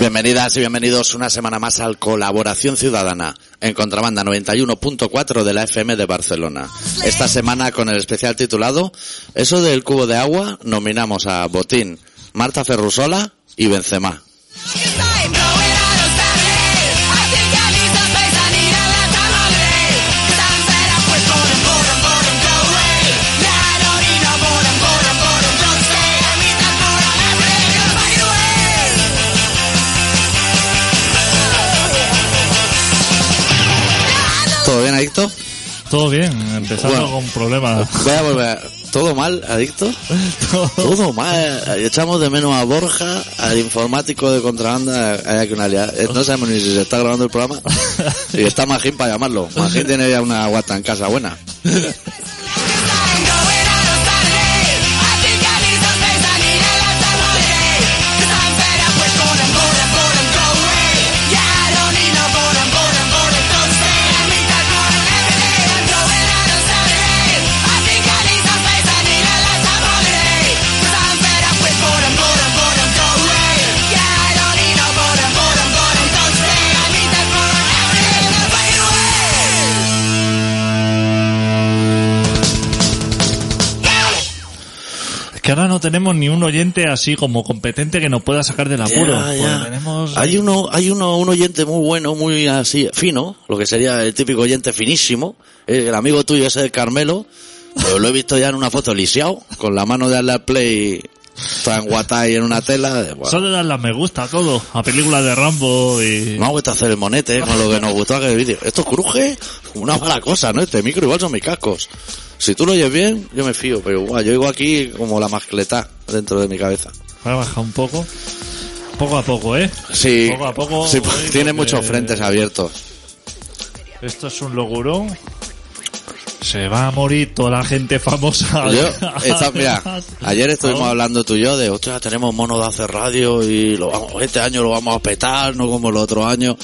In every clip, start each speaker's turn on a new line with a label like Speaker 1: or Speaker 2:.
Speaker 1: Bienvenidas y bienvenidos una semana más al Colaboración Ciudadana en Contrabanda 91.4 de la FM de Barcelona. Esta semana con el especial titulado Eso del cubo de agua nominamos a Botín, Marta Ferrusola y Benzema. ¿Todo bien, adicto?
Speaker 2: Todo bien, empezando
Speaker 1: Bueno.
Speaker 2: con problemas.
Speaker 1: Voy a volver. ¿Todo mal, adicto? Todo mal. Echamos de menos a Borja, al informático de contrabanda. Hay aquí una liada. Eh, No sabemos ni si se está grabando el programa. Y está Magín para llamarlo. Magín tiene ya una guata en casa buena.
Speaker 2: Es que ahora no tenemos ni un oyente así como competente que nos pueda sacar del apuro.
Speaker 1: Ya, ya.
Speaker 2: Pues tenemos...
Speaker 1: Hay uno, hay uno, un oyente muy bueno, muy así, fino, lo que sería el típico oyente finísimo, eh, el amigo tuyo ese de Carmelo, pero lo he visto ya en una foto lisiado, con la mano de darle al play, está en Watai en una tela, de- bueno,
Speaker 2: Solo dan las me gusta a todo, a películas de Rambo y...
Speaker 1: no ha vuelto a hacer el monete eh, con lo que nos gustó aquel vídeo. Esto cruje como una mala cosa, ¿no? Este micro igual son mis cascos. Si tú lo oyes bien, yo me fío, pero guau, yo oigo aquí como la mascleta dentro de mi cabeza.
Speaker 2: Voy a bajar un poco. Poco a poco, ¿eh?
Speaker 1: Sí,
Speaker 2: Poco a poco
Speaker 1: sí,
Speaker 2: voy
Speaker 1: tiene
Speaker 2: porque-
Speaker 1: muchos frentes abiertos.
Speaker 2: Esto es un logurón. Se va a morir toda la gente famosa.
Speaker 1: Yo, esta- mira, ayer estuvimos hablando tú y yo de, ostras, tenemos mono de hacer radio y lo vamos, este año lo vamos a petar, no como el otro año.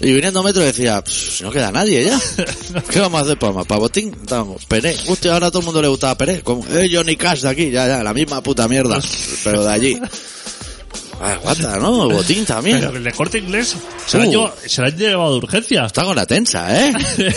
Speaker 1: Y viniendo metro decía, "Pff, no queda nadie ya. ¿Qué vamos a hacer para más? ¿Para botín? Estamos, Peré. Hostia, ahora a todo el mundo le gustaba Peré. Como, eh, Johnny Cash de aquí, ya, ya, la misma puta mierda, pero de allí. Ah, Aguanta, ¿no? El botín también.
Speaker 2: Pero el de corte inglés se,
Speaker 1: Uh.
Speaker 2: lo han llevado, se lo han llevado de urgencia.
Speaker 1: Está con la tensa, ¿eh?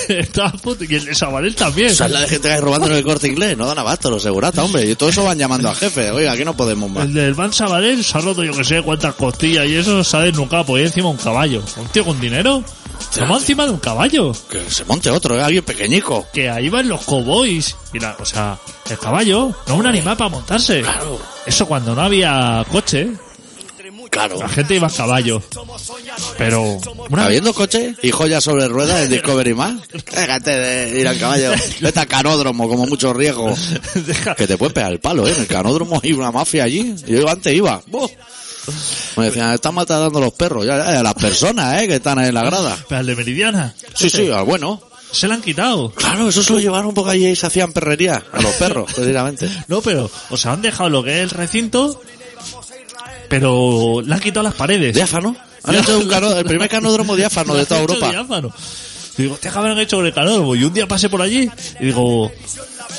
Speaker 2: Está a punto- Y el de Sabadell también.
Speaker 1: O sea, es la de gente que hay robando en el corte inglés. No dan abasto los segurata, hombre. Y todo eso van llamando al jefe. Oiga, aquí no podemos más.
Speaker 2: El del Van Sabadell se ha roto yo que sé cuántas costillas y eso sale nunca por ahí encima un caballo. Un tío con dinero. Se va encima de un caballo.
Speaker 1: Que se monte otro, ¿eh? alguien pequeñico.
Speaker 2: Que ahí van los cowboys. Y la, o sea, el caballo no es un animal para montarse.
Speaker 1: Claro.
Speaker 2: Eso cuando no había coche,
Speaker 1: Claro.
Speaker 2: la gente iba a caballo. Pero una
Speaker 1: Habiendo coche y joyas sobre ruedas en Discovery más. Déjate de ir al caballo. Vete al canódromo, como mucho riesgo.
Speaker 2: Deja-
Speaker 1: Que te puedes pegar el palo, ¿eh? En el canódromo hay una mafia allí. Yo antes iba. ¡Buah! Me decían, están matando a los perros. Ya, ya, a las personas, ¿eh? Que están ahí en la grada.
Speaker 2: Pero el de Meridiana.
Speaker 1: Sí, sí, al bueno.
Speaker 2: Se la han quitado.
Speaker 1: Claro, eso se lo llevaron porque allí se hacían perrería. A los perros, precisamente.
Speaker 2: No, pero, o sea, han dejado lo que es el recinto, pero le han quitado las paredes.
Speaker 1: Diáfano. Han hecho un cano- el primer canódromo diáfano de toda
Speaker 2: Lo han hecho
Speaker 1: Europa.
Speaker 2: diáfano. Y Digo, hostia, ¿qué habrán hecho con el canódromo? Y un día pasé por allí y digo,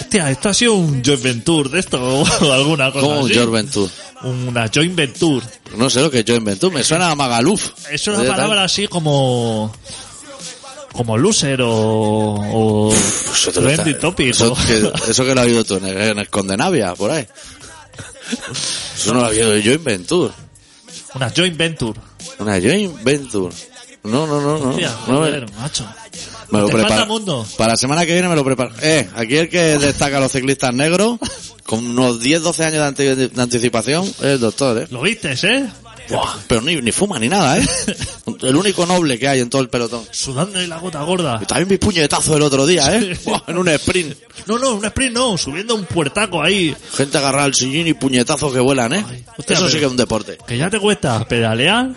Speaker 2: hostia, esto ha sido un joint venture de esto o alguna cosa
Speaker 1: Como un
Speaker 2: así.
Speaker 1: George Ventura.
Speaker 2: Una joint venture.
Speaker 1: No sé lo que yo inventé, me suena a Magaluf.
Speaker 2: Es una palabra así como... Como loser o... o
Speaker 1: Eso, te lo
Speaker 2: trendy
Speaker 1: está-
Speaker 2: topic.
Speaker 1: eso,
Speaker 2: o-
Speaker 1: que, eso que lo ha oído tú en el, en el Condenavia, por ahí. Eso no lo había oído yo inventur.
Speaker 2: Una joint venture.
Speaker 1: Una yo inventur. No, no, no, no.
Speaker 2: Hostia,
Speaker 1: No,
Speaker 2: joder,
Speaker 1: eh,
Speaker 2: macho.
Speaker 1: me lo
Speaker 2: te falta
Speaker 1: preparo.
Speaker 2: mundo.
Speaker 1: Para la semana que viene me lo preparo. Eh, aquí el que destaca a los ciclistas negros, con unos 10, 12 años de, anti- de anticipación, es el doctor, eh.
Speaker 2: Lo viste, ¿eh?
Speaker 1: Buah, pero ni, ni fuma ni nada, eh. El único noble que hay en todo el pelotón.
Speaker 2: Sudando y la gota gorda.
Speaker 1: Y También vi puñetazo el otro día, eh. Buah, en un sprint.
Speaker 2: No, no, un sprint no, subiendo un puertaco ahí.
Speaker 1: Gente agarrada al sillín y puñetazos que vuelan, ¿eh?
Speaker 2: Ay, hostia,
Speaker 1: Eso sí
Speaker 2: pero-
Speaker 1: que es un deporte.
Speaker 2: Que ya te cuesta pedalear,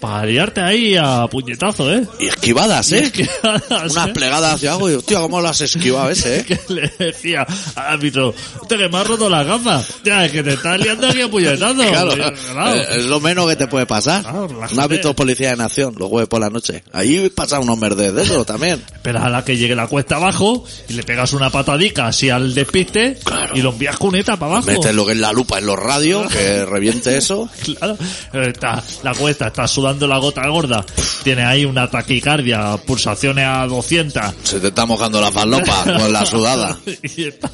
Speaker 2: Para liarte ahí a puñetazo, ¿eh?
Speaker 1: Y esquivadas, ¿eh?
Speaker 2: Que hagas,
Speaker 1: Unas
Speaker 2: ¿eh?
Speaker 1: plegadas hacia algo y, hostia, cómo las esquivaba ese, ¿eh?
Speaker 2: que le decía al árbitro, te que me has roto la gafa. Ya, es que te estás liando aquí a puñetazo.
Speaker 1: Claro,
Speaker 2: Claro,
Speaker 1: eh, es lo menos que te puede pasar.
Speaker 2: Claro, la
Speaker 1: no
Speaker 2: gente-
Speaker 1: has visto policía de nación los jueves por la noche. Ahí pasan unos merdes de eso también.
Speaker 2: Esperas a la que llegue la cuesta abajo y le pegas una patadica así al despiste
Speaker 1: Claro.
Speaker 2: y lo envías cuneta para abajo.
Speaker 1: Metes lo que es la lupa en los radios, que reviente eso.
Speaker 2: Claro, Eh, está, la cuesta está sudando la gota gorda, tiene ahí una taquicardia, pulsaciones a 200.
Speaker 1: Se te está mojando la falopa con la sudada.
Speaker 2: Y, está-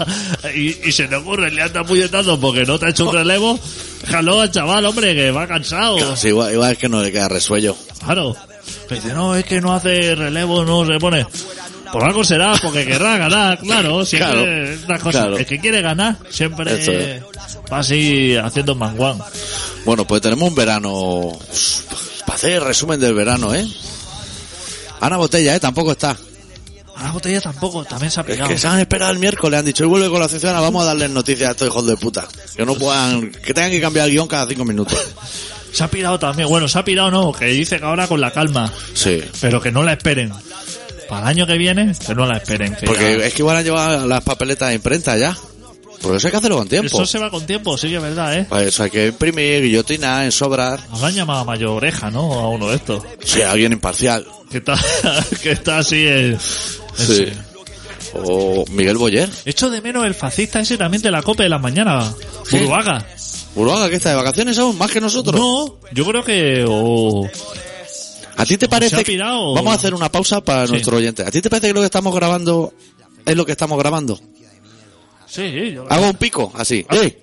Speaker 2: y- y se te ocurre, le anda puñetando porque no te ha hecho un relevo. Déjalo al chaval, hombre, que va cansado.
Speaker 1: Sí, igual, igual es que no le queda resuello.
Speaker 2: Claro. Me dice, no, es que no hace relevo, no se pone. Por algo será, porque querrá ganar, claro. Si
Speaker 1: Claro,
Speaker 2: es una cosa,
Speaker 1: claro.
Speaker 2: el que quiere ganar siempre
Speaker 1: Eso es.
Speaker 2: va así haciendo manguán.
Speaker 1: Bueno, pues tenemos un verano. pues, Para hacer resumen del verano, ¿eh? Ana Botella, ¿eh? Tampoco está.
Speaker 2: A la botella tampoco, también se ha
Speaker 1: Es
Speaker 2: pegado.
Speaker 1: que se han esperado el miércoles, han dicho, y vuelve con la cienciana, vamos a darles noticias a estos hijos de puta. Que no puedan, que tengan que cambiar el guión cada cinco minutos.
Speaker 2: Se ha pirado también. Bueno, se ha pirado no, que dice que ahora con la calma,
Speaker 1: Sí.
Speaker 2: pero que no la esperen. Para el año que viene, que no la esperen. que ya-
Speaker 1: Porque es que igual han llevado las papeletas de imprenta ya. Porque eso hay que hacerlo con tiempo.
Speaker 2: Eso se va con tiempo, sí que es verdad, ¿eh?
Speaker 1: Pues eso hay que imprimir, guillotina, ensobrar.
Speaker 2: Habrán llamado a mayor oreja, ¿no? A uno de estos.
Speaker 1: Sí, alguien imparcial.
Speaker 2: Que está, que está así. eh.
Speaker 1: Sí. O Miguel Boyer.
Speaker 2: Echo de menos el fascista ese también de la copa de la mañana.
Speaker 1: Sí.
Speaker 2: Buruaga.
Speaker 1: Uruaga, que está de vacaciones aún, más que nosotros.
Speaker 2: No, yo creo que... o-
Speaker 1: ¿A ti te parece?
Speaker 2: ¿Se ha
Speaker 1: que-
Speaker 2: pirado?
Speaker 1: Vamos a hacer una pausa para
Speaker 2: Sí.
Speaker 1: nuestro oyente. ¿A ti te parece que lo que estamos grabando es lo que estamos grabando?
Speaker 2: Sí, yo-
Speaker 1: Hago un pico, así. ¡Eh!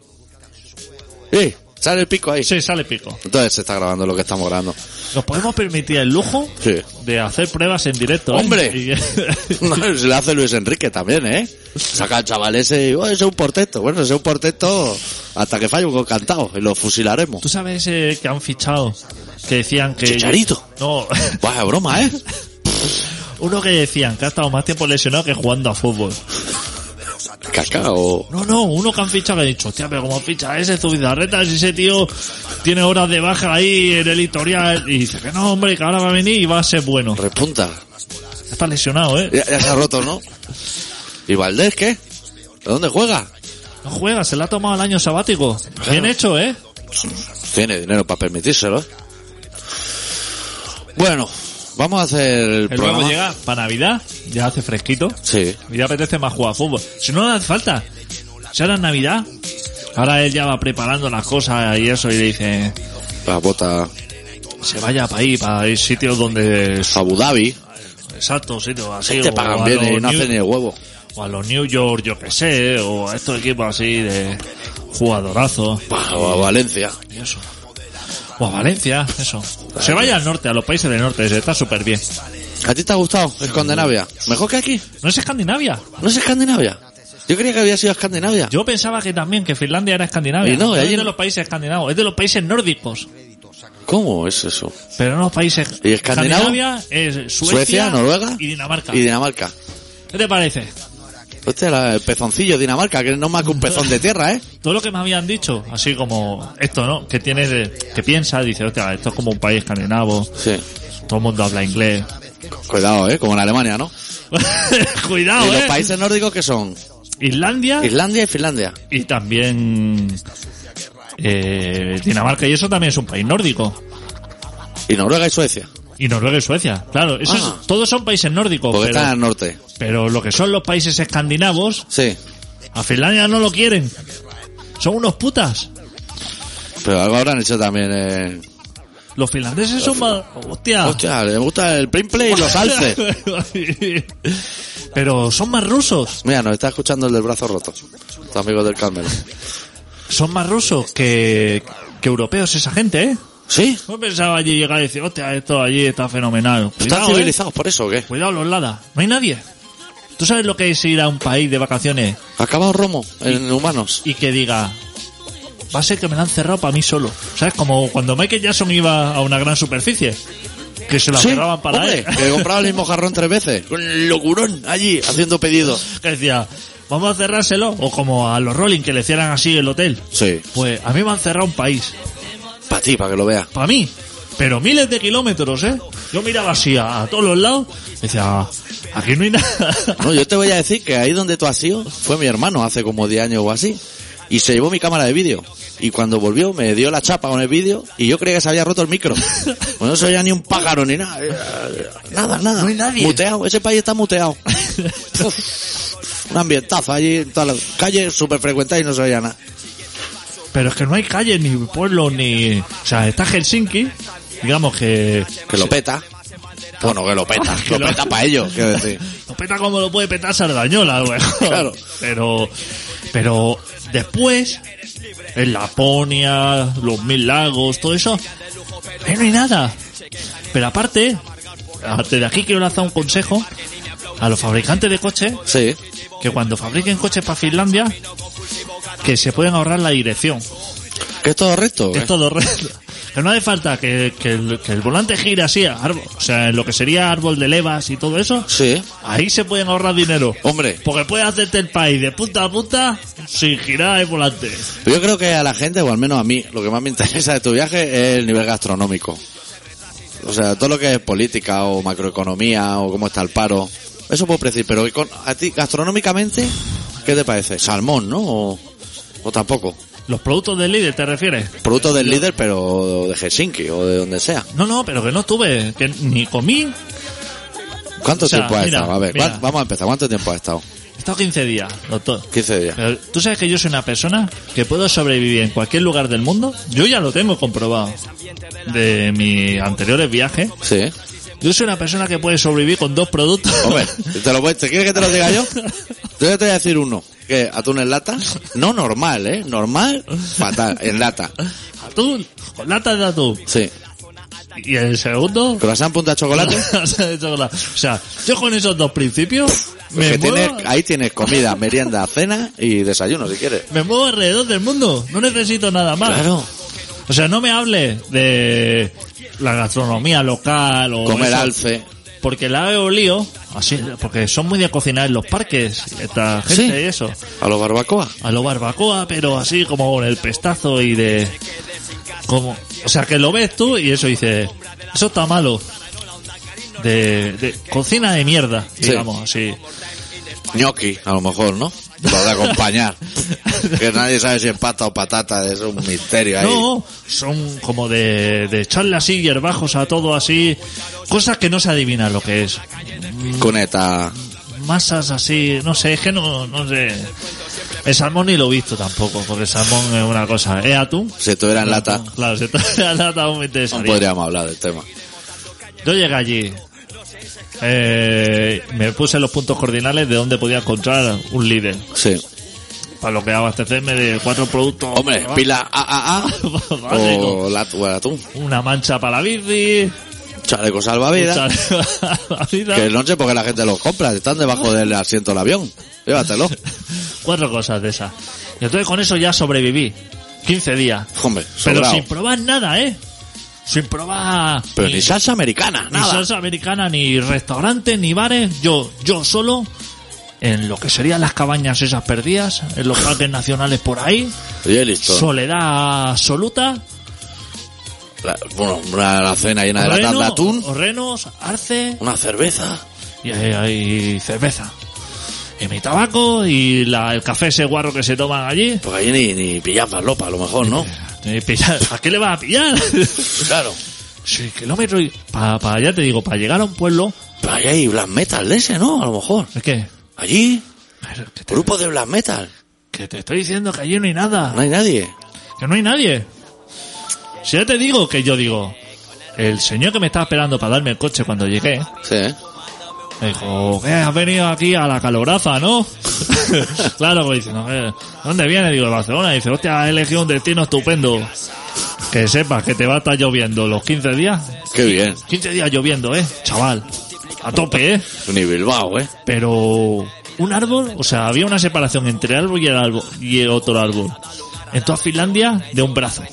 Speaker 1: ¡Eh! Sale el pico ahí.
Speaker 2: sí, sale pico.
Speaker 1: Entonces se está grabando lo que estamos grabando.
Speaker 2: Nos podemos permitir el lujo
Speaker 1: Sí.
Speaker 2: de hacer pruebas en directo. ¿eh?
Speaker 1: ¡Hombre!
Speaker 2: Y-
Speaker 1: No, se lo hace Luis Enrique también, ¿eh? Saca al chaval ese y, "Oh, ese es un portento. Bueno, ese es un portento hasta que falle un gol cantado y lo fusilaremos.
Speaker 2: ¿Tú sabes eh, que han fichado? Que decían que...
Speaker 1: Chicharito.
Speaker 2: No,
Speaker 1: Vaya broma, ¿eh?
Speaker 2: uno que decían que ha estado más tiempo lesionado que jugando a fútbol.
Speaker 1: Cacao.
Speaker 2: No, no, uno que han fichado que ha dicho, hostia, pero como ficha ese Zubizarreta, si ese tío tiene horas de baja ahí en el historial. Y dice que no, hombre, que ahora va a venir y va a ser bueno.
Speaker 1: Repunta.
Speaker 2: Está lesionado, ¿eh?
Speaker 1: Ya, ya se ha roto, ¿no? ¿Y Valdés qué? ¿De dónde juega?
Speaker 2: No juega, se le ha tomado el año sabático. Bien hecho, ¿eh?
Speaker 1: Tiene dinero para permitírselo, ¿eh? Bueno, vamos a hacer el,
Speaker 2: El
Speaker 1: programa.
Speaker 2: luego llega para Navidad, ya hace fresquito.
Speaker 1: Sí.
Speaker 2: Y ya apetece más jugar a fútbol. Si no, no hace falta. Si ahora es Navidad, ahora él ya va preparando las cosas y eso y le dice,
Speaker 1: La bota
Speaker 2: se vaya para ahí, para ir sitios donde...
Speaker 1: Abu Dhabi.
Speaker 2: Exacto, sitios así.
Speaker 1: Te
Speaker 2: o
Speaker 1: pagan
Speaker 2: a
Speaker 1: bien y
Speaker 2: los
Speaker 1: no
Speaker 2: New-
Speaker 1: hacen ni el huevo.
Speaker 2: o a los New York, yo que sé, o a estos equipos así de jugadorazos.
Speaker 1: O a Valencia.
Speaker 2: Y eso. O a Valencia, eso. Se vaya al norte, a los países del norte, se está súper bien.
Speaker 1: ¿A ti te ha gustado Escandinavia? ¿Mejor que aquí?
Speaker 2: ¿No es Escandinavia?
Speaker 1: ¿No es Escandinavia? Yo creía que había sido Escandinavia.
Speaker 2: Yo pensaba que también, que Finlandia era Escandinavia.
Speaker 1: Y no,
Speaker 2: es
Speaker 1: allí
Speaker 2: de
Speaker 1: no.
Speaker 2: los países escandinavos, es de los países nórdicos,
Speaker 1: ¿Cómo es eso?
Speaker 2: pero no los países...
Speaker 1: ¿Y escandinavo?
Speaker 2: Escandinavia es Suecia,
Speaker 1: Suecia, Noruega
Speaker 2: y Dinamarca.
Speaker 1: Y Dinamarca.
Speaker 2: ¿Qué te parece?
Speaker 1: Hostia, la- el pezoncillo de Dinamarca, que no es más que un pezón de tierra, ¿eh?
Speaker 2: Todo lo que me habían dicho, así como esto, ¿no? Que tienes, de- que piensas, dices, hostia, esto es como un país escandinavo,
Speaker 1: Sí.
Speaker 2: todo el mundo habla inglés.
Speaker 1: Cuidado, ¿eh? Como en Alemania, ¿no?
Speaker 2: Cuidado,
Speaker 1: ¿Y los
Speaker 2: ¿eh?
Speaker 1: países nórdicos que son?
Speaker 2: Islandia
Speaker 1: Islandia y Finlandia.
Speaker 2: y también eh, Dinamarca. Y eso también es un país nórdico.
Speaker 1: Y Noruega y Suecia.
Speaker 2: Y Noruega y Suecia. Claro, eso
Speaker 1: Ah.
Speaker 2: es- todos son países nórdicos.
Speaker 1: Porque
Speaker 2: Pero,
Speaker 1: están al norte.
Speaker 2: pero lo que son los países escandinavos,
Speaker 1: Sí.
Speaker 2: a Finlandia no lo quieren. Son unos putas.
Speaker 1: Pero algo habrán hecho también, eh...
Speaker 2: Los finlandeses son más... Hostia.
Speaker 1: Hostia, le gusta el print play y los alces.
Speaker 2: pero son más rusos.
Speaker 1: Mira, nos está escuchando el del brazo roto. Tu amigo del Carmelo.
Speaker 2: Son más rusos que, que europeos esa gente, ¿eh?
Speaker 1: ¿Sí?
Speaker 2: No pensaba allí llegar y decir, hostia, esto allí está fenomenal.
Speaker 1: ¿Están
Speaker 2: Cuidado, ¿eh?
Speaker 1: civilizados por eso o qué?
Speaker 2: Cuidado los Lada, no hay nadie. ¿Tú sabes lo que es ir a un país de vacaciones
Speaker 1: Acabado Romo en humanos.
Speaker 2: y que diga, va a ser que me la han cerrado para mí solo? ¿Sabes? Como cuando Michael Jackson iba a una gran superficie, que se la
Speaker 1: Sí,
Speaker 2: cerraban para
Speaker 1: hombre,
Speaker 2: él.
Speaker 1: que compraba el mismo jarrón tres veces. Con el locurón allí haciendo pedidos.
Speaker 2: que decía, vamos a cerrárselo. O como a los Rolling, que le cierran así el hotel.
Speaker 1: Sí.
Speaker 2: Pues a mí me han cerrado un país.
Speaker 1: Para ti, para que lo veas.
Speaker 2: Para mí. pero miles de kilómetros, ¿eh? Yo miraba así a, a todos los lados, y decía, aquí no hay nada.
Speaker 1: No, yo te voy a decir que ahí donde tú has ido fue mi hermano hace como 10 años o así. Y se llevó mi cámara de vídeo. Y cuando volvió me dio la chapa con el vídeo y yo creía que se había roto el micro. Pues no se oía ni un pájaro ni nada. Nada, nada.
Speaker 2: No hay nadie.
Speaker 1: Muteado. Ese país está muteado. Un ambientazo allí. en Todas las calles súper frecuentadas y no se oía nada.
Speaker 2: Pero es que no hay calles, ni pueblos, ni... O sea, está Helsinki, digamos que...
Speaker 1: Que lo peta. Bueno, que lo peta.
Speaker 2: Que
Speaker 1: Lo
Speaker 2: lo-
Speaker 1: peta para ellos, quiero decir.
Speaker 2: Lo peta como lo puede petar Sardañola, a lo mejor.
Speaker 1: Claro.
Speaker 2: Pero, pero después, en Laponia, los Mil Lagos, todo eso, ahí no hay nada. Pero aparte, aparte de aquí quiero lanzar un consejo a los fabricantes de coches,
Speaker 1: Sí.
Speaker 2: que cuando fabriquen coches para Finlandia, que se pueden ahorrar la dirección.
Speaker 1: Que es todo recto.
Speaker 2: Que
Speaker 1: ¿eh?
Speaker 2: es todo recto. Que no hace falta que, que el, que el volante gire así, a árbol, o sea, en lo que sería árbol de levas y todo eso,
Speaker 1: Sí.
Speaker 2: ahí se pueden ahorrar dinero.
Speaker 1: Hombre,
Speaker 2: Porque puedes hacerte el país de punta a punta sin girar el volante.
Speaker 1: Yo creo que a la gente, o al menos a mí, lo que más me interesa de tu viaje es el nivel gastronómico. O sea, todo lo que es política o macroeconomía o cómo está el paro. Eso puedo decir, pero econ- a ti, gastronómicamente, ¿qué te parece? Salmón, ¿no? O, o tampoco.
Speaker 2: ¿Los productos del líder te refieres?
Speaker 1: Productos del líder, pero de Helsinki o de donde sea.
Speaker 2: No, no, pero que no estuve, que ni comí.
Speaker 1: ¿Cuánto
Speaker 2: O sea,
Speaker 1: tiempo has
Speaker 2: mira,
Speaker 1: estado? A ver,
Speaker 2: mira.
Speaker 1: ¿cuán- vamos a empezar. ¿Cuánto tiempo has estado?
Speaker 2: He estado 15 días, doctor.
Speaker 1: 15 días.
Speaker 2: Pero, Tú sabes que yo soy una persona que puedo sobrevivir en cualquier lugar del mundo. Yo ya lo tengo comprobado de mis anteriores viajes.
Speaker 1: Sí.
Speaker 2: Yo soy una persona que puede sobrevivir con dos productos.
Speaker 1: Hombre, te lo voy- ¿te quieres que te lo diga yo? Yo te voy a decir uno. Que atún en lata, no normal, ¿eh? Normal, fatal, en lata.
Speaker 2: atún, con lata de atún.
Speaker 1: Sí.
Speaker 2: Y el segundo,
Speaker 1: Croissant punta de chocolate. Pues
Speaker 2: de chocolate. O sea, yo con esos dos principios me
Speaker 1: que
Speaker 2: muevo-
Speaker 1: tienes, ahí tienes comida, merienda, cena y desayuno si quieres.
Speaker 2: Me muevo alrededor del mundo, no necesito nada más. O sea, no me hables de la gastronomía local o
Speaker 1: Comer
Speaker 2: eso,
Speaker 1: alce.
Speaker 2: Porque la veo lío, así, porque son muy de cocinar en los parques, esta gente
Speaker 1: Sí.
Speaker 2: y eso.
Speaker 1: A los barbacoa.
Speaker 2: A lo barbacoa, pero así como con el pestazo y de... Como, o sea, que lo ves tú y eso dices, eso está malo. De, de cocina de mierda,
Speaker 1: Sí.
Speaker 2: digamos, así.
Speaker 1: Gnocchi, a lo mejor, ¿no? Lo de acompañar. que nadie sabe si es pasta o patata, es un misterio ahí.
Speaker 2: No, son como de, de echarle así hierbajos a todo así, cosas que no se adivina lo que es.
Speaker 1: Cuneta.
Speaker 2: Masas así, no sé, es que no, no sé. El salmón ni lo he visto tampoco, porque el salmón es una cosa. ¿Es atún?
Speaker 1: Si estuviera en lata,
Speaker 2: Claro, si está la lata aún me
Speaker 1: no
Speaker 2: interesaría.
Speaker 1: podríamos hablar del tema.
Speaker 2: Yo llegué allí, eh, me puse los puntos cardinales de donde podía encontrar un líder,
Speaker 1: Sí.
Speaker 2: para lo que abastecerme de cuatro productos.
Speaker 1: Hombre, pila AAA o, la, o el atún.
Speaker 2: Una mancha para la bici,
Speaker 1: Chaleco salvavidas.
Speaker 2: la vida.
Speaker 1: Que no sé por qué la gente los compra, están debajo del asiento del avión. Llévatelo.
Speaker 2: Cuatro cosas de esas. Y entonces con eso ya sobreviví. 15 días.
Speaker 1: Hombre,
Speaker 2: Pero
Speaker 1: sobrao.
Speaker 2: sin probar nada, ¿eh? Sin probar...
Speaker 1: Pero ni salsa americana,
Speaker 2: ni
Speaker 1: nada.
Speaker 2: salsa americana, ni restaurantes, ni bares. Yo, yo solo, en lo que serían las cabañas esas perdidas, en los parques nacionales por ahí,
Speaker 1: Oye, listo.
Speaker 2: soledad absoluta,
Speaker 1: La- bueno, una la cena llena de latas de
Speaker 2: reno-
Speaker 1: atún,
Speaker 2: renos, arce
Speaker 1: una cerveza.
Speaker 2: y, y cerveza. Y mi tabaco y la- el café ese guarro que se toman allí.
Speaker 1: Porque ahí ni, ni pillamos lopa, a lo mejor, ¿no?
Speaker 2: Eh, pillar- ¿A qué le vas a pillar?
Speaker 1: Claro.
Speaker 2: Sí, kilómetros y... Para, allá te digo, para llegar a un pueblo...
Speaker 1: Pero ahí hay black metal de ese, ¿no? A lo mejor.
Speaker 2: ¿Es que
Speaker 1: Allí,
Speaker 2: pero Que te,
Speaker 1: grupo de black metal.
Speaker 2: que te estoy diciendo que allí no hay nada.
Speaker 1: No hay nadie.
Speaker 2: Que no hay nadie. Si ya te digo que yo digo... El señor que me estaba esperando para darme el coche cuando llegué...
Speaker 1: Sí, ¿eh?
Speaker 2: Me dijo, ¿qué? Has venido aquí a la caloraza, ¿no? claro, pues dice, no, eh, ¿dónde vienes? Digo, de Barcelona. Dice, hostia, he elegido un destino estupendo. Que sepas que te va a estar lloviendo los 15 días.
Speaker 1: Qué bien.
Speaker 2: 15 días lloviendo, ¿eh? Chaval. A tope, ¿eh?
Speaker 1: Ni Bilbao, ¿eh?
Speaker 2: pero un árbol, o sea, había una separación entre el árbol y el árbol y el otro árbol. En toda Finlandia de un brazo.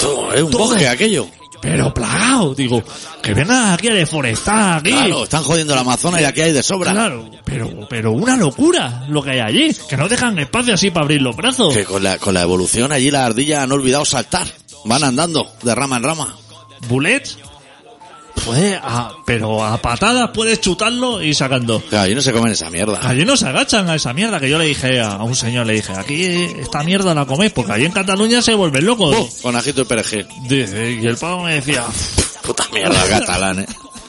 Speaker 1: Todo, es un
Speaker 2: Todo.
Speaker 1: bosque aquello.
Speaker 2: Pero plagado, digo, que vengan aquí a deforestar aquí.
Speaker 1: Claro, están jodiendo el Amazonas y aquí hay de sobra.
Speaker 2: Claro, pero pero una locura lo que hay allí, que no dejan espacio así para abrir los brazos.
Speaker 1: Que con la, con la evolución allí las ardillas han olvidado saltar. Van andando, de rama en rama.
Speaker 2: Bullet, puede a- Pues, ah, pero a patadas puedes chutarlo y sacando.
Speaker 1: Claro, allí no se comen esa mierda.
Speaker 2: Allí no se agachan a esa mierda que yo le dije a, a un señor, le dije, aquí esta mierda la coméis porque allí en Cataluña se vuelven locos.
Speaker 1: ¡Buf! Oh, Con ajito y perejil.
Speaker 2: Dice, y el pavo me decía,
Speaker 1: Puta mierda catalán, eh.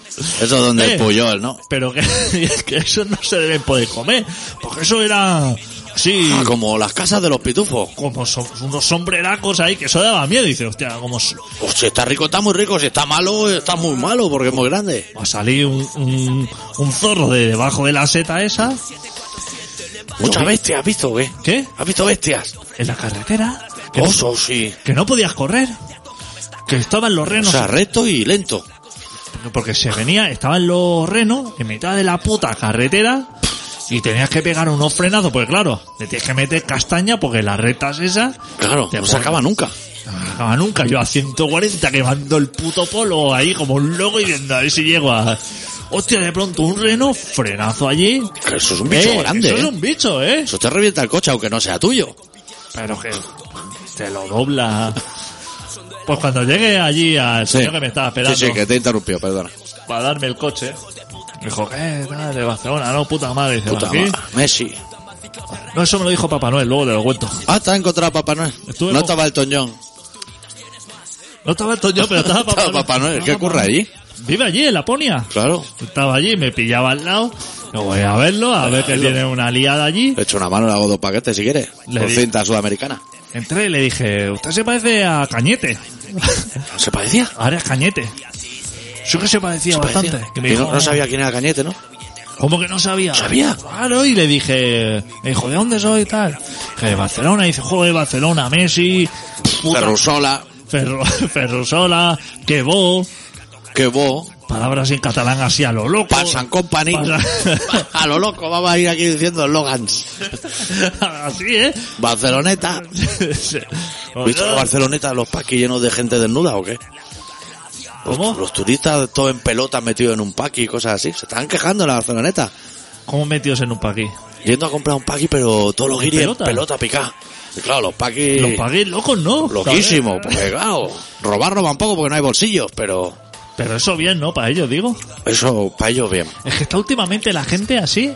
Speaker 1: Eso es donde
Speaker 2: Eh.
Speaker 1: el Puyol, ¿no?
Speaker 2: pero que, que eso no se deben poder comer, porque eso era, sí,
Speaker 1: Ah, como las casas de los pitufos.
Speaker 2: como so- unos sombreracos ahí, que eso daba miedo. Dice, hostia, como s-
Speaker 1: Uf, Pues si está rico está muy rico, si está malo está muy malo porque es muy grande.
Speaker 2: va a salir un, un, un zorro de debajo de la seta esa,
Speaker 1: Muchas bestias, ¿has visto o qué?
Speaker 2: ¿qué?
Speaker 1: ¿Has visto bestias?
Speaker 2: En la carretera, que, no-
Speaker 1: Osos, sí.
Speaker 2: que no podías correr, que estaban los
Speaker 1: O
Speaker 2: renos
Speaker 1: sea, recto y lento.
Speaker 2: Porque se venía, estaban los renos en mitad de la puta carretera y tenías que pegar unos frenazos, pues claro, le tienes que meter castaña porque las rectas esas
Speaker 1: Claro,
Speaker 2: Te
Speaker 1: no se
Speaker 2: pone-
Speaker 1: acaba nunca.
Speaker 2: no me acaba Ah, nunca. Yo a 140 quemando el puto polo ahí como un loco y viendo a ver si llego a... Hostia, de pronto un reno, frenazo allí.
Speaker 1: Que eso es un bicho
Speaker 2: Eh,
Speaker 1: grande.
Speaker 2: Eso
Speaker 1: eh.
Speaker 2: es un bicho, ¿eh?
Speaker 1: Eso te revienta el coche aunque no sea tuyo.
Speaker 2: Pero que te lo dobla. Pues cuando llegue allí al señor que me estaba esperando...
Speaker 1: Sí, sí, que te interrumpió, perdona.
Speaker 2: para darme el coche. Me dijo, ¿qué? tal, de Barcelona, no, puta madre. Dice,
Speaker 1: Puta
Speaker 2: "Aquí".
Speaker 1: madre. Messi.
Speaker 2: No, eso me lo dijo Papá Noel, luego te lo cuento.
Speaker 1: Ah, te has encontrado a Papá Noel.
Speaker 2: Estuve
Speaker 1: no
Speaker 2: con-
Speaker 1: estaba el Toñón.
Speaker 2: No estaba el Toño, pero estaba Papá
Speaker 1: Estaba
Speaker 2: Noel.
Speaker 1: Papá Noel. ¿Qué
Speaker 2: Estaba
Speaker 1: ocurre
Speaker 2: Papá Noel.
Speaker 1: allí?
Speaker 2: Vive allí, en Laponia.
Speaker 1: Claro.
Speaker 2: Estaba allí, me pillaba al lado. Yo voy a verlo, a ver que tiene una liada allí.
Speaker 1: He hecho una mano, le hago dos paquetes si quieres.
Speaker 2: Le
Speaker 1: Con
Speaker 2: di-
Speaker 1: cinta sudamericana.
Speaker 2: Entré y le dije, usted se parece a Cañete.
Speaker 1: ¿Se parecía?
Speaker 2: Ahora es Cañete. Yo que se parecía
Speaker 1: Se
Speaker 2: bastante.
Speaker 1: parecía.
Speaker 2: Que me
Speaker 1: Y
Speaker 2: dijo,
Speaker 1: no, no sabía quién era Cañete, ¿no?
Speaker 2: ¿Cómo que no sabía?
Speaker 1: ¿Sabía?
Speaker 2: Claro, y le dije, me dijo, ¿de dónde soy y tal? Que de Barcelona, y dice, joder, Barcelona, Messi, puta
Speaker 1: Ferrusola,
Speaker 2: Ferro, Ferrusola, Quebo,
Speaker 1: que vos,
Speaker 2: palabras en catalán así a lo loco.
Speaker 1: Pans and Company.
Speaker 2: Pasa-
Speaker 1: A lo loco, vamos a ir aquí diciendo Logans.
Speaker 2: así, ¿eh?
Speaker 1: Barceloneta. ¿Viste la Barceloneta, los paquis llenos de gente desnuda o qué?
Speaker 2: ¿Cómo?
Speaker 1: Los turistas todos en pelotas metidos en un paqui y cosas así. Se estaban quejando en la Barceloneta.
Speaker 2: ¿Cómo metidos en un paquí?
Speaker 1: Yendo a comprar un paqui, pero todos los
Speaker 2: ¿En
Speaker 1: guiris en
Speaker 2: pelota?
Speaker 1: pelota picada. Y claro, los paquis...
Speaker 2: Los pagué locos, ¿no?
Speaker 1: Loquísimo,
Speaker 2: Joder.
Speaker 1: porque claro, robar roban poco porque no hay bolsillos, pero
Speaker 2: Pero eso bien, ¿no? Para ellos, digo.
Speaker 1: eso para ellos bien.
Speaker 2: Es que está últimamente la gente así.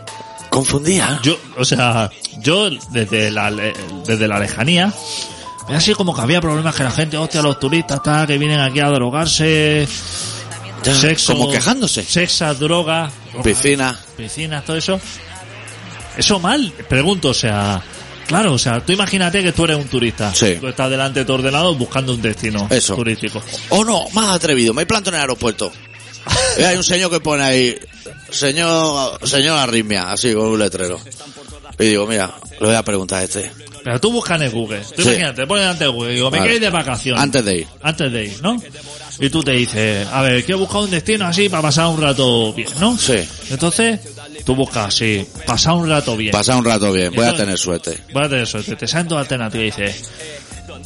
Speaker 1: Confundía.
Speaker 2: Yo, o sea, yo desde la, le- desde la lejanía, me así como que había problemas que la gente, hostia, los turistas, tal, que vienen aquí a drogarse,
Speaker 1: Ya,
Speaker 2: sexo.
Speaker 1: Como quejándose.
Speaker 2: Sexas, drogas.
Speaker 1: Piscina.
Speaker 2: piscinas, todo eso. Eso mal, pregunto, o sea, claro, o sea, tú imagínate que tú eres un turista.
Speaker 1: Sí.
Speaker 2: Tú estás delante de tu ordenador buscando un destino
Speaker 1: Eso.
Speaker 2: turístico.
Speaker 1: O Oh, no, más atrevido, me planto en el aeropuerto. Y hay un señor que pone ahí, señor, señor arritmia, así con un letrero. Y digo, mira, le voy a preguntar a este.
Speaker 2: Pero tú buscas en el Google. Tú
Speaker 1: Sí.
Speaker 2: imagínate, pones delante de Google y digo, me
Speaker 1: Vale.
Speaker 2: quiero ir de vacaciones.
Speaker 1: Antes de ir.
Speaker 2: Antes de ir, ¿no? Y tú te dices, a ver, quiero buscar un destino así para pasar un rato bien, ¿no?
Speaker 1: Sí.
Speaker 2: Entonces, tú buscas así, pasar un rato bien.
Speaker 1: Pasar un rato bien, voy a
Speaker 2: Entonces-
Speaker 1: tener suerte.
Speaker 2: Vas a tener suerte. Te salen dos alternativas y dices,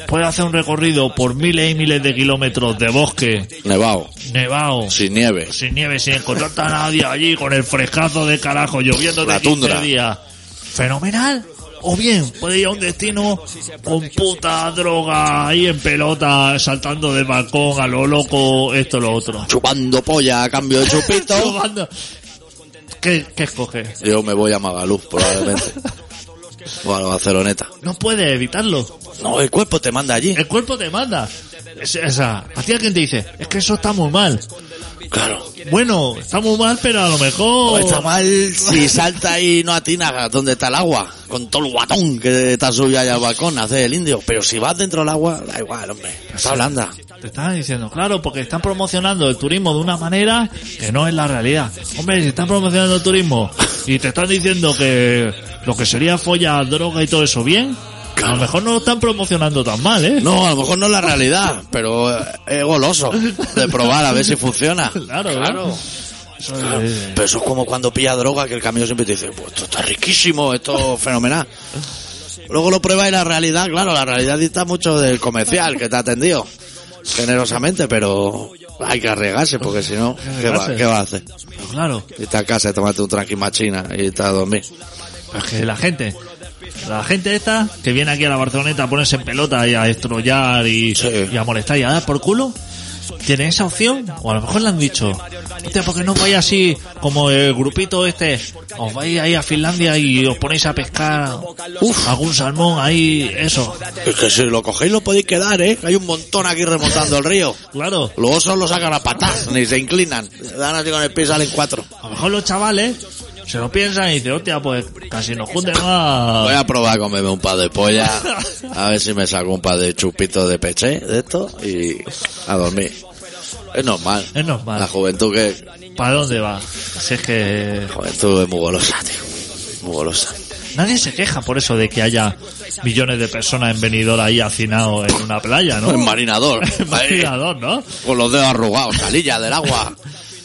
Speaker 2: puedes hacer un recorrido por miles y miles de kilómetros de bosque
Speaker 1: Nevado,
Speaker 2: nevado,
Speaker 1: sin nieve.
Speaker 2: sin nieve, sin encontrar a nadie allí, con el frescazo de carajo, lloviendo
Speaker 1: La
Speaker 2: de
Speaker 1: tundra.
Speaker 2: días. Fenomenal. O bien, puede ir a un destino con puta droga ahí en pelota, saltando de balcón a lo loco, esto, lo otro.
Speaker 1: Chupando polla a cambio de chupito.
Speaker 2: Probando. ¿Qué, ¿Qué escoges?
Speaker 1: Yo me voy a Magaluf, probablemente. O a la Barceloneta.
Speaker 2: No puedes evitarlo.
Speaker 1: No, el cuerpo te manda allí.
Speaker 2: El cuerpo te manda. Es- esa. A ti alguien te dice, es que eso está muy mal.
Speaker 1: Eh, Claro.
Speaker 2: Bueno, está muy mal, pero a lo mejor...
Speaker 1: Está mal si salta y no atinas donde está el agua, con todo el guatón que te has subido allá al balcón, hace el indio. Pero si vas dentro del agua, da igual, hombre. Está blanda.
Speaker 2: Te están diciendo, claro, porque están promocionando el turismo de una manera que no es la realidad. Hombre, si están promocionando el turismo y te están diciendo que lo que sería follar, droga y todo eso bien, a lo mejor no lo están promocionando tan mal, ¿eh?
Speaker 1: No, a lo mejor no es la realidad, pero eh, es goloso de probar a ver si funciona.
Speaker 2: Claro, ¿eh? Eso es-
Speaker 1: Pero eso es como cuando pilla droga, que el camión siempre te dice, pues esto está riquísimo, esto es fenomenal. Luego lo pruebas y la realidad, claro, la realidad dista mucho del comercial que te ha atendido, generosamente, pero hay que arriesgarse, porque si no, ¿qué va, qué va a hacer?
Speaker 2: pero claro,
Speaker 1: Y te a casa y tomarte un tranqui machina y te a dormir.
Speaker 2: pero es Pues que la gente La gente esta que viene aquí a la Barceloneta a ponerse en pelota y a estrollar y,
Speaker 1: Sí.
Speaker 2: y a molestar y a dar por culo, tiene esa opción. O a lo mejor le han dicho, hostia, porque no vais así como el grupito este, os vais ahí a Finlandia y os ponéis a pescar uf, algún salmón ahí, eso.
Speaker 1: Es que si lo cogéis lo podéis quedar, ¿eh? Hay un montón aquí remontando el río.
Speaker 2: Claro,
Speaker 1: Los osos lo sacan a patas, ni se inclinan. Se dan así con el pie y salen cuatro.
Speaker 2: a lo mejor los chavales se lo piensan y dicen, hostia, pues casi nos junten más.
Speaker 1: Voy a probar a comerme un par de polla, a ver si me saco un par de chupitos de peche de esto y a dormir. Es normal.
Speaker 2: Es normal.
Speaker 1: La juventud que...
Speaker 2: Eh, ¿Para dónde va? Si es que
Speaker 1: La juventud es muy golosa, tío. Muy golosa.
Speaker 2: nadie se queja por eso de que haya millones de personas en Benidorm ahí hacinados en una playa,
Speaker 1: El
Speaker 2: ¿no?
Speaker 1: marinador.
Speaker 2: En Uh. Marinador, ¿no?
Speaker 1: Ahí, con los dedos arrugados, salilla del agua.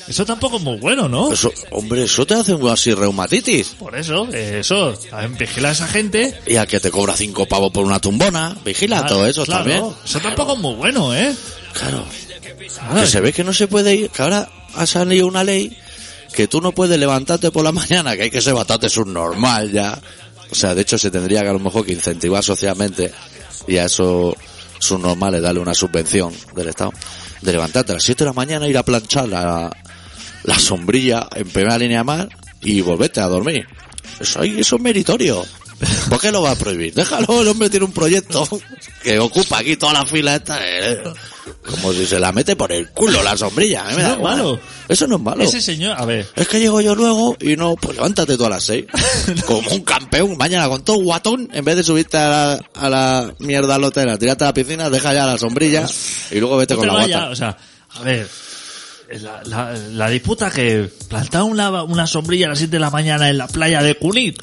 Speaker 2: Eso tampoco es muy bueno, ¿no?
Speaker 1: Eso, hombre, eso te hace un así reumatitis.
Speaker 2: Por eso, eh, eso, a- vigila a esa gente.
Speaker 1: Y al que te cobra cinco pavos por una tumbona, vigila todo eso
Speaker 2: Claro,
Speaker 1: también.
Speaker 2: Eso tampoco es muy bueno, ¿eh?
Speaker 1: Claro.
Speaker 2: Claro,
Speaker 1: Que se ve que no se puede ir, que ahora ha salido una ley que tú no puedes levantarte por la mañana, que hay que ser bastante subnormal ya. O sea, de hecho se tendría que a lo mejor que incentivar socialmente y a esos subnormales darle una subvención del Estado. De levantarte a las 7 de la mañana, ir a planchar la, la sombrilla en primera línea de mar y volverte a dormir. Eso, ahí- eso es meritorio. ¿Por qué lo va a prohibir? Déjalo, el hombre tiene un proyecto que ocupa aquí toda la fila esta. eh. Como si se la mete por el culo la sombrilla. a mí me
Speaker 2: No
Speaker 1: da
Speaker 2: es
Speaker 1: igual.
Speaker 2: malo.
Speaker 1: Eso no es malo.
Speaker 2: Ese señor, a ver,
Speaker 1: Es que llego yo luego y no, pues levántate tú a las seis. Como un campeón, mañana con todo guatón, en vez de subirte a la, a la mierda lotera, tirarte a la piscina, deja ya la sombrilla y luego vete
Speaker 2: no
Speaker 1: con
Speaker 2: te
Speaker 1: la
Speaker 2: vayas,
Speaker 1: guata.
Speaker 2: o sea, a ver, eh, la, la- la disputa que plantar una, una sombrilla a las 7 de la mañana en la playa de Cunit,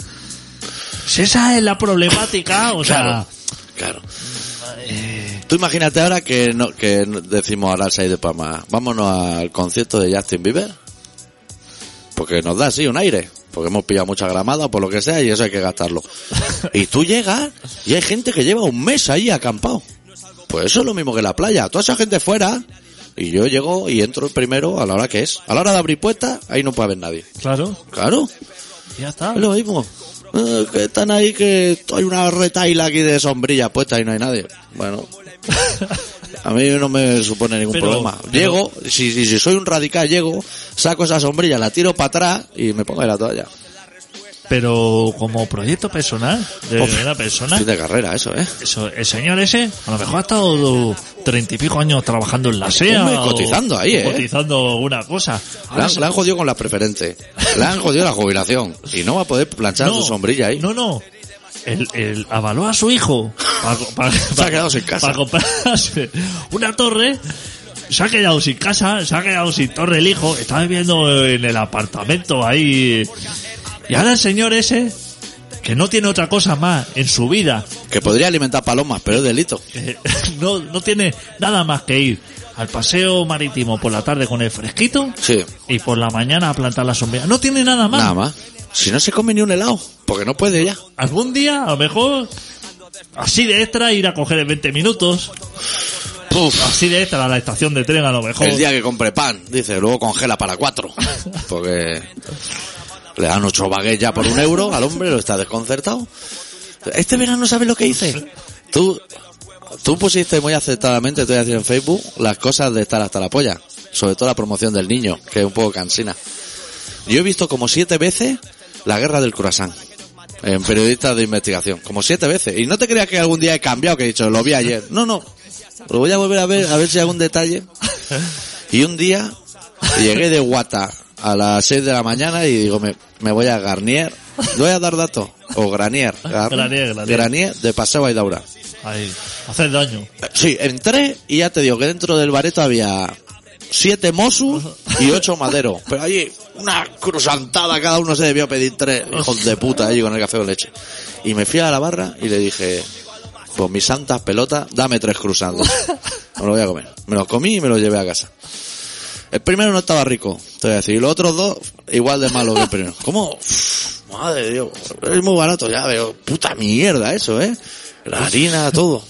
Speaker 2: si esa es la problemática, o sea,
Speaker 1: Claro. Claro. Eh, Tú imagínate ahora que no, que no- decimos ahora al 6 de Palma, vámonos al concierto de Justin Bieber. Porque nos da así un aire. Porque hemos pillado mucha gramada o por lo que sea y eso hay que gastarlo. Y tú llegas y hay gente que lleva un mes ahí acampado. Pues eso es lo mismo que la playa. Toda esa gente fuera y yo llego y entro primero a la hora que es. A la hora de abrir puertas, ahí no puede haber nadie.
Speaker 2: claro,
Speaker 1: Claro.
Speaker 2: ya está.
Speaker 1: Es Ah, lo mismo. Eh, que están ahí que hay una retaila aquí de sombrillas puesta y no hay nadie. Bueno. A mí no me supone ningún
Speaker 2: Pero-
Speaker 1: problema.
Speaker 2: pero-
Speaker 1: Llego, si, si, si soy un radical, llego, saco esa sombrilla, la tiro para atrás y me pongo ahí la toalla.
Speaker 2: Pero como proyecto personal, de
Speaker 1: Hombre,
Speaker 2: una persona,
Speaker 1: Fin de carrera, eso, ¿eh?
Speaker 2: eso, el señor ese, a lo mejor ha estado treinta y pico años trabajando en la SEA.
Speaker 1: Hombre,
Speaker 2: o-
Speaker 1: cotizando ahí,
Speaker 2: o
Speaker 1: ¿eh?
Speaker 2: Cotizando una cosa.
Speaker 1: Le han, le han jodido con la preferente. Le han jodido la jubilación. Y no va a poder planchar su sombrilla ahí.
Speaker 2: No, no. El, el avaló a su hijo para,
Speaker 1: ha quedado sin casa.
Speaker 2: comprarse una torre. Se ha quedado sin casa, se ha quedado sin torre el hijo. Está viviendo en el apartamento ahí. Y ahora el señor ese, que no tiene otra cosa más en su vida,
Speaker 1: Que podría alimentar palomas, pero es delito.
Speaker 2: eh, no, no tiene nada más que ir al paseo marítimo por la tarde con el fresquito
Speaker 1: Sí.
Speaker 2: y por la mañana a plantar la sombrilla. No tiene nada más.
Speaker 1: Nada más. Si no se come ni un helado, porque no puede ya.
Speaker 2: Algún día, a lo mejor, así de extra, ir a coger en 20 minutos.
Speaker 1: Puf.
Speaker 2: Así de extra a la estación de tren, a lo mejor.
Speaker 1: El día que compre pan, dice, luego congela para cuatro. Porque le dan ocho baguettes ya por un euro al hombre, lo está desconcertado. Este verano, ¿sabes lo que hice? Tú, tú pusiste muy acertadamente, te voy a decir en Facebook, las cosas de estar hasta la polla. Sobre todo la promoción del niño, que es un poco cansina. Yo he visto como siete veces la guerra del croissant. En periodistas de investigación, como siete veces. Y no te creas que algún día he cambiado, que he dicho, lo vi ayer. No, no. Lo voy a volver a ver, a ver si hay algún detalle. Y un día llegué de Guata a las 6 de la mañana y digo, me, me voy a Garnier. Voy a dar datos. O Granier. Gar-
Speaker 2: Granier, Granier.
Speaker 1: de Paseo Aidaura.
Speaker 2: Ahí, hacer daño.
Speaker 1: Sí, entré y ya te digo que dentro del bareto había siete mosus y ocho maderos. Pero allí, una crusantada, cada uno se debió pedir tres hijos de puta allí con el café con leche. Y me fui a la barra y le dije, pues mis santas pelotas, dame tres cruzados. Me lo voy a comer. Me los comí y me los llevé a casa. El primero no estaba rico, te voy a decir. Y los otros dos, igual de malo que el primero. ¿Cómo? Uf, madre de Dios. Es muy barato, ya veo. Puta mierda eso, ¿eh? La harina, todo.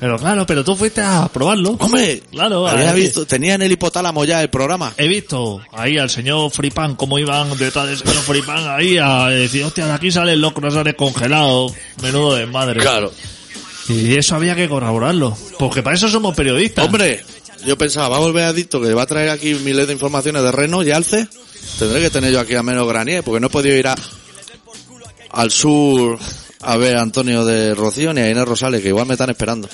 Speaker 2: Pero claro, pero tú fuiste a probarlo.
Speaker 1: Hombre,
Speaker 2: Claro,
Speaker 1: había
Speaker 2: ahí-
Speaker 1: visto, tenía en el hipotálamo ya el programa.
Speaker 2: He visto ahí al señor Fripan, cómo iban detrás del señor Fripan ahí a decir, hostia, de aquí salen los croissants congelados. Menudo desmadre.
Speaker 1: Claro.
Speaker 2: Y eso había que corroborarlo. Porque para eso somos periodistas.
Speaker 1: Hombre, yo pensaba, va a volver Adicto, que va a traer aquí miles de informaciones de Reno y Alce. Tendré que tener yo aquí a menos Granier, porque no he podido ir a, al sur a ver a Antonio de Rocío ni a Inés Rosales, que igual me están esperando.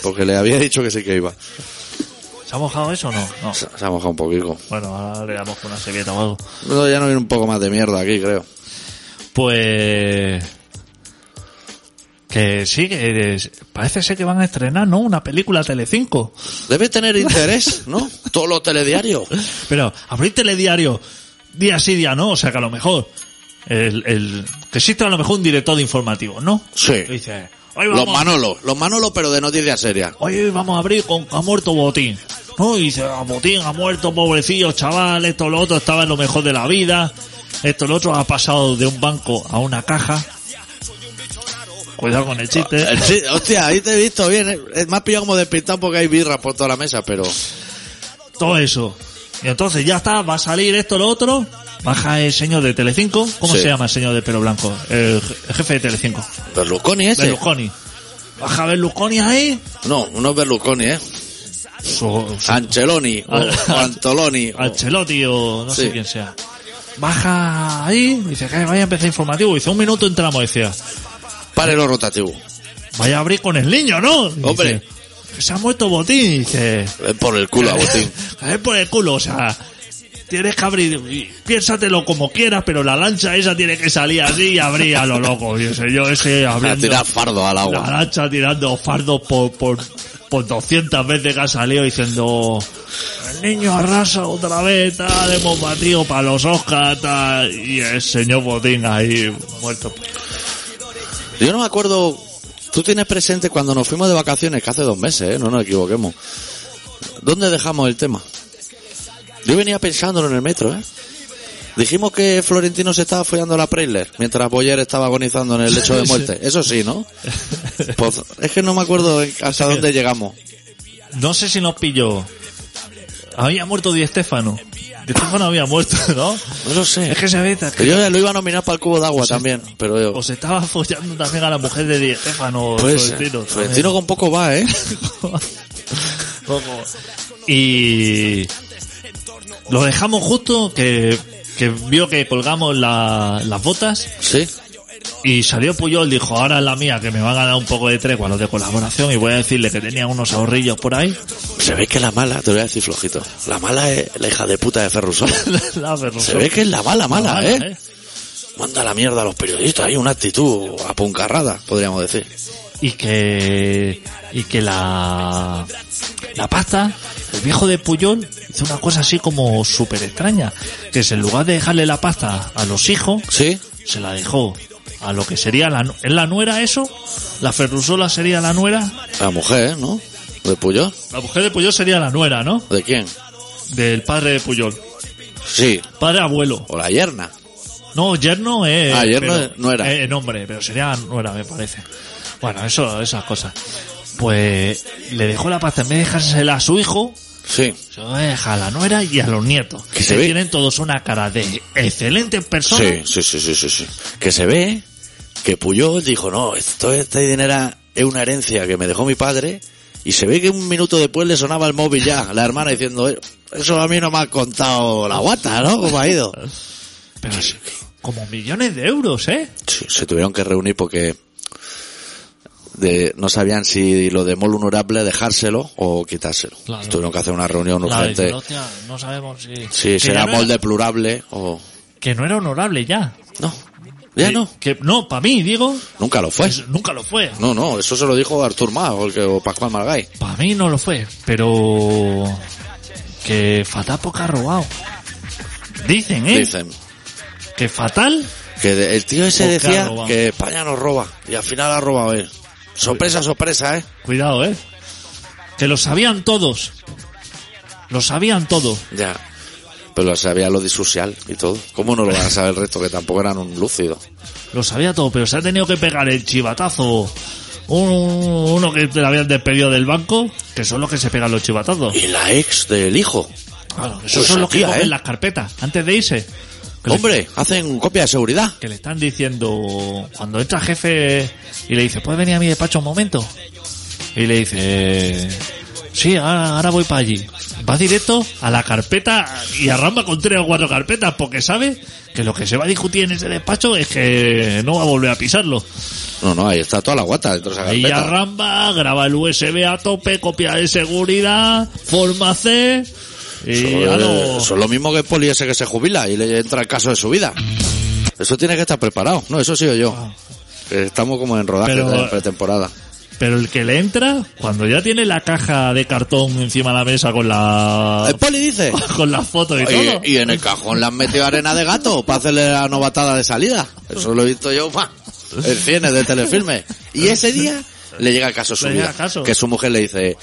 Speaker 1: Porque le había dicho que sí que iba.
Speaker 2: ¿Se ha mojado eso o no? No.
Speaker 1: Se, se ha mojado un poquito.
Speaker 2: Bueno, ahora le damos con una servilleta o algo.
Speaker 1: No, ya no viene un poco más de mierda aquí, creo.
Speaker 2: Pues... Que sí, que es- parece ser que van a estrenar, ¿no? Una película Telecinco.
Speaker 1: Debe tener interés, ¿no? Todos los telediarios.
Speaker 2: Pero abrir telediario día sí, día no, o sea que a lo mejor el, el- que existe a lo mejor un director de informativo, ¿no?
Speaker 1: Sí.
Speaker 2: Que dice, hoy
Speaker 1: Los
Speaker 2: vamos,
Speaker 1: Manolos, los Manolos, pero de noticias serias.
Speaker 2: hoy vamos a abrir con ha muerto Botín. ¿No? Y dice, "Ah, Botín ha muerto, pobrecillo, chaval, esto, lo otro, estaba en lo mejor de la vida, esto, lo otro, ha pasado de un banco a una caja. Cuidado con el chiste.
Speaker 1: Sí, hostia, ahí te he visto bien. eh. Eh, Me has pillado como despistado porque hay birras por toda la mesa, pero...
Speaker 2: todo eso. Y entonces ya está, va a salir esto, lo otro. Baja el señor de Telecinco. ¿Cómo
Speaker 1: Sí.
Speaker 2: se llama el señor de pelo blanco? El, je- el jefe de Telecinco.
Speaker 1: Berlusconi ese.
Speaker 2: Berlusconi. Baja Berlusconi ahí.
Speaker 1: No, uno es Berlusconi, ¿eh?
Speaker 2: Su, su-
Speaker 1: Anceloni o, o Antoloni. o-
Speaker 2: Ancelotti o no
Speaker 1: Sí.
Speaker 2: sé quién sea. Baja ahí. Dice que vaya a empezar informativo. Dice un minuto entramos. Decía,
Speaker 1: párelo rotativo.
Speaker 2: vaya a abrir con el niño, ¿no? Y
Speaker 1: Hombre.
Speaker 2: dice, "Que se ha muerto Botín. Y Dice,
Speaker 1: Ven Eh, por el culo a Botín.
Speaker 2: A ver por el culo, o sea, tienes que abrir, y piénsatelo como quieras, pero la lancha esa tiene que salir así y abrir a lo loco. Y ese yo ese
Speaker 1: A
Speaker 2: abriendo
Speaker 1: tirar fardo al
Speaker 2: la
Speaker 1: agua.
Speaker 2: lancha tirando fardos por, por, por 200 veces que ha salido diciendo el niño arrasa otra vez, tal, hemos batido para los Oscars, tal, y el señor Botín ahí muerto.
Speaker 1: Yo no me acuerdo... Tú tienes presente cuando nos fuimos de vacaciones, que hace dos meses, ¿eh? No nos equivoquemos. ¿Dónde dejamos el tema? Yo venía pensándolo en el metro, ¿eh? Dijimos que Florentino se estaba follando a la Preisler mientras Boyer estaba agonizando en el lecho de muerte. Eso sí, ¿no? Pues, es que no me acuerdo hasta dónde llegamos.
Speaker 2: No sé si nos pilló. Había muerto Di Estefano. Di Estefano había muerto, ¿no?
Speaker 1: No lo sé.
Speaker 2: Es que se ve, que
Speaker 1: Que Yo lo iba a nominar para el cubo de agua también, pero yo...
Speaker 2: O se estaba follando también a la mujer de Di Estefano
Speaker 1: Pues,
Speaker 2: Florentino,
Speaker 1: eh, Florentino con poco va, ¿eh?
Speaker 2: Poco. Y lo dejamos justo que, que vio que colgamos la- las botas
Speaker 1: Sí.
Speaker 2: y salió Puyol, dijo, ahora es la mía, que me van a dar un poco de tregua los de colaboración y voy a decirle que tenía unos ahorrillos por ahí.
Speaker 1: Se ve que la mala, te lo voy a decir flojito, la mala es la hija de puta de Ferrusol.
Speaker 2: La Ferrusol.
Speaker 1: Se ve que es la mala mala,
Speaker 2: Mala,
Speaker 1: ¿eh?
Speaker 2: ¿eh?
Speaker 1: Manda la mierda a los periodistas, hay una actitud apuncarrada, podríamos decir.
Speaker 2: y que y que la la pasta el viejo de Puyol hizo una cosa así como súper extraña que es en lugar de dejarle la pasta a los hijos
Speaker 1: ¿Sí?
Speaker 2: se la dejó a lo que sería la nu- ¿es la nuera eso la ferrusola sería la nuera
Speaker 1: La mujer, ¿no? ¿De Puyol?
Speaker 2: la mujer de Puyol sería la nuera no
Speaker 1: ¿De quién?
Speaker 2: del padre de Puyol
Speaker 1: Sí.
Speaker 2: padre abuelo
Speaker 1: O la yerna.
Speaker 2: no yerno es
Speaker 1: Ah, yerno
Speaker 2: pero-
Speaker 1: es nuera.
Speaker 2: eh, nombre pero sería nuera me parece bueno eso esas cosas pues le dejó la pasta en vez de dejársela a su hijo
Speaker 1: Sí.
Speaker 2: Se lo deja a la nuera y a los nietos.
Speaker 1: Que
Speaker 2: Que
Speaker 1: se ve.
Speaker 2: tienen todos una cara de excelentes
Speaker 1: Sí,
Speaker 2: personas.
Speaker 1: sí, sí, sí, sí, sí. Que se ve que Puyol dijo, no, esto, este dinero es una herencia que me dejó mi padre. Y se ve que un minuto después le sonaba el móvil ya, la hermana diciendo, "Eh, eso a mí no me ha contado la guata, ¿no? ¿Cómo ha ido?
Speaker 2: Pero es como millones de euros, ¿eh?
Speaker 1: Sí, se tuvieron que reunir porque de- no sabían si lo de Mol honorable dejárselo o quitárselo.
Speaker 2: Claro.
Speaker 1: Tuvieron que hacer una reunión
Speaker 2: Claro,
Speaker 1: urgente.
Speaker 2: dicen, "Hostia, no sabemos si...
Speaker 1: Sí, será
Speaker 2: ya no era-
Speaker 1: molde plurable o...
Speaker 2: que no era honorable ya.
Speaker 1: No, ya
Speaker 2: Que-
Speaker 1: no.
Speaker 2: Que, no, para mí, digo,
Speaker 1: Nunca lo fue.
Speaker 2: pues nunca lo fue.
Speaker 1: No, no, eso se lo dijo Artur Mas o, el que- o Pascual Margay.
Speaker 2: Para mí no lo fue, pero... Que fatal porque ha robado. Dicen, ¿eh?
Speaker 1: Dicen
Speaker 2: Que fatal...
Speaker 1: que de- el tío ese
Speaker 2: Porque ha
Speaker 1: decía
Speaker 2: robado.
Speaker 1: que España nos roba y al final ha robado él. Sorpresa, sorpresa, ¿eh?
Speaker 2: Cuidado, ¿eh? Que lo sabían todos. Lo sabían todos.
Speaker 1: Ya. Pero lo sabía lo disocial y todo. ¿Cómo no lo van a saber el resto? Que tampoco eran un lúcido.
Speaker 2: Lo sabía todo, pero se ha tenido que pegar el chivatazo un- uno que te la habían despedido del banco, que son los que se pegan los chivatazos.
Speaker 1: Y la ex del hijo.
Speaker 2: Claro, esos
Speaker 1: Pues
Speaker 2: son
Speaker 1: la
Speaker 2: los que
Speaker 1: tía,
Speaker 2: cogen
Speaker 1: ¿eh?
Speaker 2: las carpetas antes de irse. Que le-
Speaker 1: Hombre, hacen copia de seguridad.
Speaker 2: que le están diciendo cuando entra jefe y le dice, ¿puedes venir a mi despacho un momento? Y le dice, sí, ahora, ahora voy para allí. Va directo a la carpeta y arramba con tres o cuatro carpetas porque sabe que lo que se va a discutir en ese despacho es que no va a volver a pisarlo.
Speaker 1: No, no, ahí está toda la guata dentro de esa
Speaker 2: Ahí
Speaker 1: carpeta.
Speaker 2: arramba, graba el USB a tope, copia de seguridad, forma C y ya
Speaker 1: Eh,
Speaker 2: lo...
Speaker 1: Son lo mismo que el poli ese que se jubila y le entra el caso de su vida. Eso tiene que estar preparado. No, eso sigo yo. Eh, Estamos como en rodaje
Speaker 2: Ah. Pero-
Speaker 1: de pretemporada.
Speaker 2: Pero el que le entra, cuando ya tiene la caja de cartón encima de la mesa con la...
Speaker 1: El poli dice.
Speaker 2: con las fotos y todo.
Speaker 1: Y, y en el cajón le han metido arena de gato para hacerle la novatada de salida. Eso lo he visto yo, pa. El cine de telefilme. Y ese día le llega el caso de su
Speaker 2: Le llega
Speaker 1: vida,
Speaker 2: el caso.
Speaker 1: Que su mujer le dice,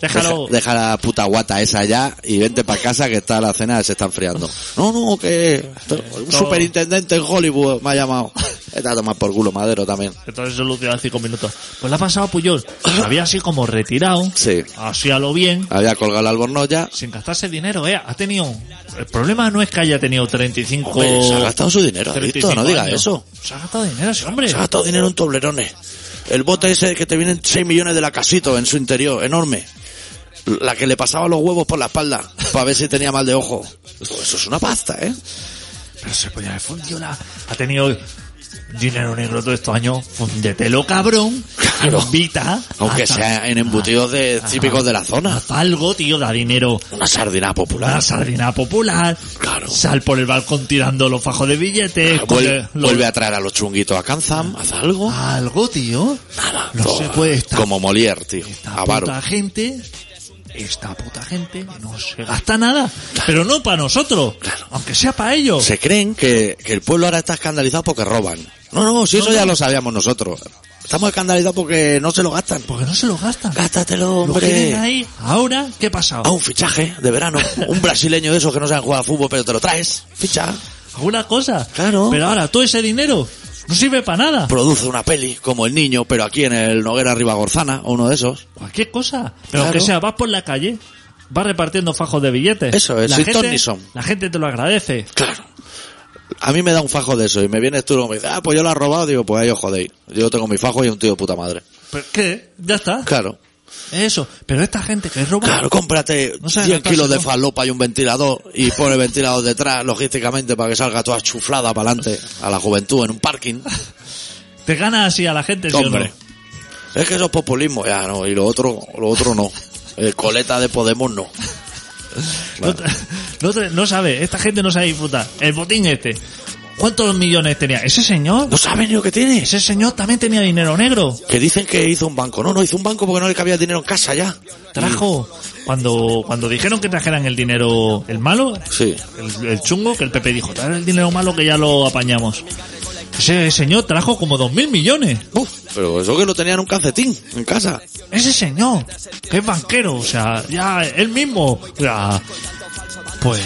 Speaker 2: Déjalo.
Speaker 1: Deja, deja la puta guata esa ya y vente para casa que está la cena se está enfriando. No, no, que to- un
Speaker 2: No.
Speaker 1: superintendente en Hollywood me ha llamado. Está a tomar por culo madero también.
Speaker 2: Entonces soluciona en cinco minutos. Pues la ha pasado a Puyol. Había así como retirado.
Speaker 1: Sí.
Speaker 2: Así a lo bien.
Speaker 1: Había colgado el albornoz ya.
Speaker 2: Sin gastarse dinero, eh. Ha tenido... El problema no es que haya tenido 35...
Speaker 1: Hombre, se ha gastado su dinero, adicto,
Speaker 2: 35
Speaker 1: no digas
Speaker 2: años.
Speaker 1: eso.
Speaker 2: Se ha gastado dinero, sí, hombre.
Speaker 1: Se ha gastado dinero en toblerones. El bote ese que te vienen 6 millones de la casito en su interior, enorme. La que le pasaba los huevos por la espalda para ver si tenía mal de ojo. Eso es una pasta, ¿eh?
Speaker 2: Pero se podía haber fundido la... Ha tenido dinero negro todos estos años. Fundetelo, cabrón.
Speaker 1: Claro.
Speaker 2: Invita.
Speaker 1: Aunque
Speaker 2: a-
Speaker 1: sea en embutidos de, típicos de la zona.
Speaker 2: Haz algo, tío, da dinero.
Speaker 1: Una sardina
Speaker 2: La
Speaker 1: popular.
Speaker 2: sardina popular.
Speaker 1: Claro.
Speaker 2: Sal por el balcón tirando los fajos de
Speaker 1: Vuelve,
Speaker 2: billetes. coge los-
Speaker 1: vuelve a traer a los chunguitos a Kansam. Haz algo.
Speaker 2: Algo, tío.
Speaker 1: Nada.
Speaker 2: Ah. No
Speaker 1: Todo.
Speaker 2: se puede estar.
Speaker 1: Como Molière, tío.
Speaker 2: Esta
Speaker 1: Avaro.
Speaker 2: puta gente. Esta puta gente no se gasta nada. Pero no para nosotros. Aunque sea para ellos.
Speaker 1: Se creen que, que el pueblo ahora está escandalizado porque roban. No, no, si eso ya lo sabíamos nosotros. Estamos escandalizados porque no se lo gastan.
Speaker 2: Porque no se lo gastan.
Speaker 1: Gástatelo,
Speaker 2: Lo
Speaker 1: hombre.
Speaker 2: tienen ahí. Ahora, ¿qué ha pasado?
Speaker 1: A un fichaje de verano. Un brasileño de esos que no saben jugar a fútbol, pero te lo traes. Ficha.
Speaker 2: Alguna cosa.
Speaker 1: Claro.
Speaker 2: Pero ahora, todo ese dinero no sirve para nada.
Speaker 1: Produce una peli, como el niño, pero aquí en el Noguera Ribagorzana, o uno de esos.
Speaker 2: Cualquier cosa. Pero
Speaker 1: Claro.
Speaker 2: que sea, vas por la calle, vas repartiendo fajos de billetes.
Speaker 1: Eso es,
Speaker 2: la
Speaker 1: soy
Speaker 2: gente,
Speaker 1: Tornison.
Speaker 2: la gente te lo agradece.
Speaker 1: Claro. A mí me da un fajo de eso y me vienes tú y me dices, ah, pues yo lo he robado. Digo, pues ahí os jodéis. Yo tengo mi fajo y un tío de puta madre.
Speaker 2: ¿Pero qué? Ya está.
Speaker 1: Claro.
Speaker 2: Eso. Pero esta gente que roba...
Speaker 1: Claro, cómprate
Speaker 2: No sabes
Speaker 1: 100
Speaker 2: gastarse,
Speaker 1: kilos de
Speaker 2: ¿no?
Speaker 1: falopa y un ventilador y pon el ventilador detrás logísticamente para que salga toda chuflada para adelante a la juventud en un parking.
Speaker 2: Te gana así a la gente, ¿sí o no?
Speaker 1: Hombre. Es que eso es populismo, ya no, y lo otro, lo otro no. El coleta de Podemos no.
Speaker 2: No, te- no te- no sabe, esta gente no sabe disfrutar. El botín este. ¿Cuántos millones tenía? Ese señor,
Speaker 1: No saben ni lo que tiene.
Speaker 2: ese señor también tenía dinero negro.
Speaker 1: Que dicen que hizo un banco. No, no hizo un banco porque no le cabía dinero en casa ya.
Speaker 2: Trajo, cuando, cuando dijeron que trajeran el dinero, el malo,
Speaker 1: Sí.
Speaker 2: el, el chungo, que el Pepe dijo, traer el dinero malo que ya lo apañamos. Ese señor trajo como dos mil millones.
Speaker 1: Uf, pero eso que lo tenía en un calcetín, en casa.
Speaker 2: Ese señor, que es banquero, o sea, ya él mismo. ya. pues,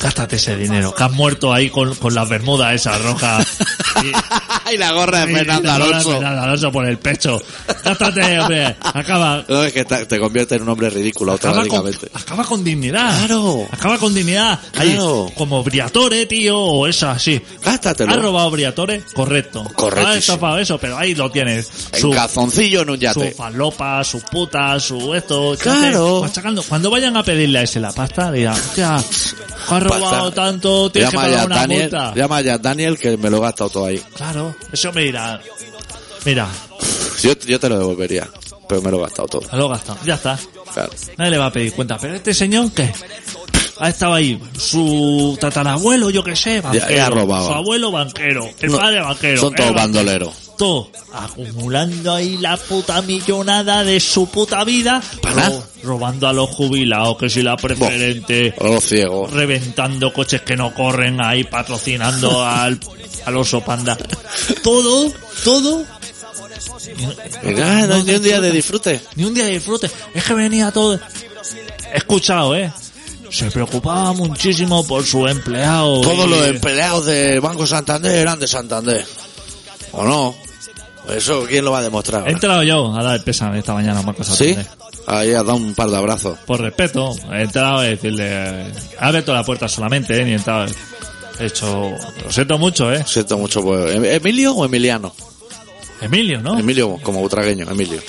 Speaker 2: gástate ese dinero, que has muerto ahí con, con las bermudas esas rojas. Y-
Speaker 1: y la gorra de
Speaker 2: y
Speaker 1: Fernando
Speaker 2: la bola de
Speaker 1: Alonso.
Speaker 2: Fernando Alonso por el pecho. Gástate, hombre, acaba.
Speaker 1: No, es que ta- te convierte en un hombre ridículo
Speaker 2: Acaba con,
Speaker 1: automáticamente.
Speaker 2: acaba con dignidad.
Speaker 1: Claro.
Speaker 2: Acaba con dignidad. Ahí,
Speaker 1: Claro.
Speaker 2: como Briatore, tío, o esa, así.
Speaker 1: Gástatelo.
Speaker 2: ¿Has robado Briatore? Correcto.
Speaker 1: Correctísimo.
Speaker 2: Has estafado eso, pero ahí lo tienes.
Speaker 1: En
Speaker 2: Su-
Speaker 1: calzoncillo en un
Speaker 2: su
Speaker 1: yate.
Speaker 2: falopa, su puta, su esto.
Speaker 1: Claro.
Speaker 2: chate, machacando. Cuando vayan a pedirle a ese la pasta, diga, hostia, has robado
Speaker 1: Pasa.
Speaker 2: tanto, tienes que
Speaker 1: Llama
Speaker 2: pagar
Speaker 1: ya
Speaker 2: una
Speaker 1: Daniel,
Speaker 2: multa.
Speaker 1: llama ya Daniel que me lo he gastado todo ahí.
Speaker 2: Claro, eso me dirá, mira,
Speaker 1: Yo, yo te lo devolvería, pero me lo he gastado todo.
Speaker 2: me lo he gastado, ya está.
Speaker 1: Claro.
Speaker 2: Nadie le va a pedir cuenta. Pero este señor, ¿qué? Ha estado ahí, su tatarabuelo, yo qué sé, banquero.
Speaker 1: ya ha robado.
Speaker 2: Su abuelo, banquero. El
Speaker 1: No,
Speaker 2: padre, banquero.
Speaker 1: Son
Speaker 2: el
Speaker 1: todos
Speaker 2: banquero.
Speaker 1: bandoleros.
Speaker 2: todo acumulando ahí la puta millonada de su puta vida,
Speaker 1: Para nada.
Speaker 2: robando a los jubilados, que si la preferente,
Speaker 1: O los ciegos.
Speaker 2: reventando coches que no corren ahí, patrocinando al, al oso panda. Todo, todo,
Speaker 1: Mira, Ah, no, ni un día de disfrute.
Speaker 2: ni un día de disfrute. Es que venía todo... He escuchado, eh. Se preocupaba muchísimo por su empleado.
Speaker 1: Todos
Speaker 2: y-
Speaker 1: los empleados de Banco Santander eran de Santander. ¿O no? Eso, ¿quién lo va a demostrar?
Speaker 2: He
Speaker 1: ahora?
Speaker 2: entrado yo a dar el pésame esta mañana, Marcos
Speaker 1: ¿Sí?
Speaker 2: Hernández.
Speaker 1: Ahí has dado un par de abrazos.
Speaker 2: Por respeto, he entrado a decirle, abre toda la puerta solamente, eh, ni he entrado. He hecho, lo siento mucho, eh.
Speaker 1: Siento mucho, pues. ¿Em- ¿Emilio o Emiliano?
Speaker 2: Emilio, ¿no?
Speaker 1: Emilio, como butragueño, Emilio.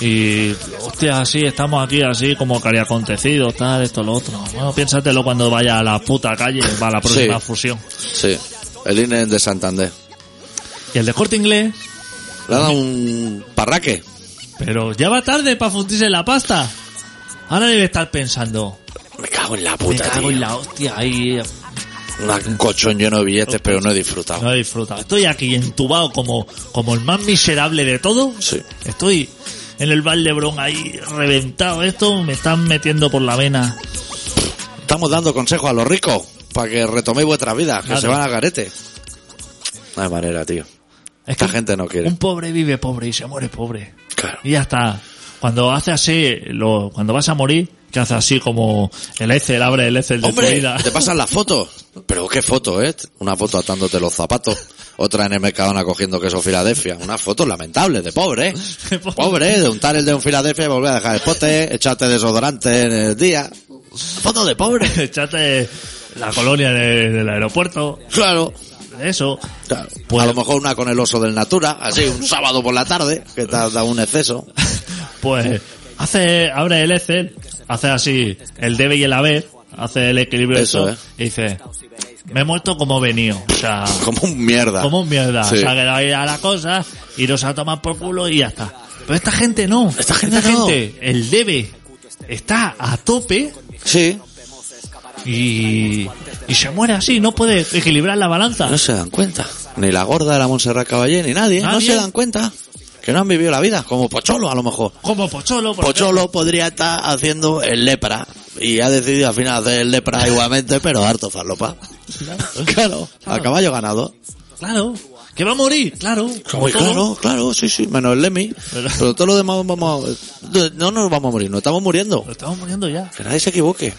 Speaker 2: Y, hostia, así, estamos aquí así como que había acontecido, tal, esto, lo otro. Bueno, piénsatelo cuando vaya a la puta calle, va a la próxima
Speaker 1: Sí.
Speaker 2: fusión.
Speaker 1: Sí. El INE de Santander.
Speaker 2: Y el de corte inglés,
Speaker 1: Le ha dado un parraque.
Speaker 2: pero ya va tarde para fundirse la pasta. Ahora debe estar pensando,
Speaker 1: Me cago en la
Speaker 2: me
Speaker 1: puta,
Speaker 2: cago en
Speaker 1: tío.
Speaker 2: la hostia, ahí,
Speaker 1: Un colchón lleno de billetes, pero no he disfrutado.
Speaker 2: no he disfrutado. Estoy aquí entubado como, como el más miserable de todos.
Speaker 1: Sí.
Speaker 2: Estoy en el Valdebrón ahí, reventado esto, me están metiendo por la vena.
Speaker 1: Estamos dando consejos a los ricos para que retoméis vuestras vidas, que
Speaker 2: Claro.
Speaker 1: se van a garete. No hay manera, tío.
Speaker 2: Es
Speaker 1: Esta gente no quiere.
Speaker 2: Un pobre vive pobre y se muere pobre.
Speaker 1: Claro.
Speaker 2: Y ya está. Cuando hace así, lo, cuando vas a morir, que hace así como el Excel, abre el Excel de tu
Speaker 1: Hombre,
Speaker 2: vida.
Speaker 1: te pasan las fotos. Pero qué foto, ¿eh? Una foto atándote los zapatos, otra en el Mercadona cogiendo queso Filadelfia. Una foto lamentable, de pobre, ¿eh? Pobre, ¿eh? de untar el de un Filadelfia y volver a dejar el pote, echarte desodorante en el día. Foto de pobre.
Speaker 2: Echate la colonia de- del aeropuerto,
Speaker 1: Claro.
Speaker 2: de eso.
Speaker 1: Claro.
Speaker 2: Pues-
Speaker 1: a lo mejor una con el oso del Natura, así un sábado por la tarde, que te has dado un exceso.
Speaker 2: Pues hace, abre el Excel, hace así el debe y el haber, hace el equilibrio
Speaker 1: Eso,
Speaker 2: de
Speaker 1: eh.
Speaker 2: todo, y dice, me he muerto como he venido. O sea,
Speaker 1: Como un mierda.
Speaker 2: como un mierda.
Speaker 1: Sí.
Speaker 2: O sea, que la vida la cosa, iros a tomar por culo y ya está. Pero esta gente no.
Speaker 1: Esta gente no.
Speaker 2: gente, el debe está a tope
Speaker 1: Sí,
Speaker 2: y, y se muere así, no puede equilibrar la balanza.
Speaker 1: Ah, no se dan cuenta. Ni la gorda de la Montserrat Caballé, ni nadie, no
Speaker 2: Nadie.
Speaker 1: se dan cuenta. Que no han vivido la vida, como Pocholo a lo mejor.
Speaker 2: Como Pocholo, por
Speaker 1: Pocholo podría estar haciendo el lepra. Y ha decidido al final hacer el lepra igualmente, pero harto farlopa. Claro, a caballo ganado.
Speaker 2: ejemplo. Claro, que va a morir, claro. como
Speaker 1: Muy
Speaker 2: todo.
Speaker 1: claro, claro, sí, sí, menos el Lemmy.
Speaker 2: Pero-
Speaker 1: Pero todo lo demás vamos a- No nos vamos a morir, nos estamos muriendo.
Speaker 2: Pero estamos muriendo ya.
Speaker 1: Que nadie se equivoque.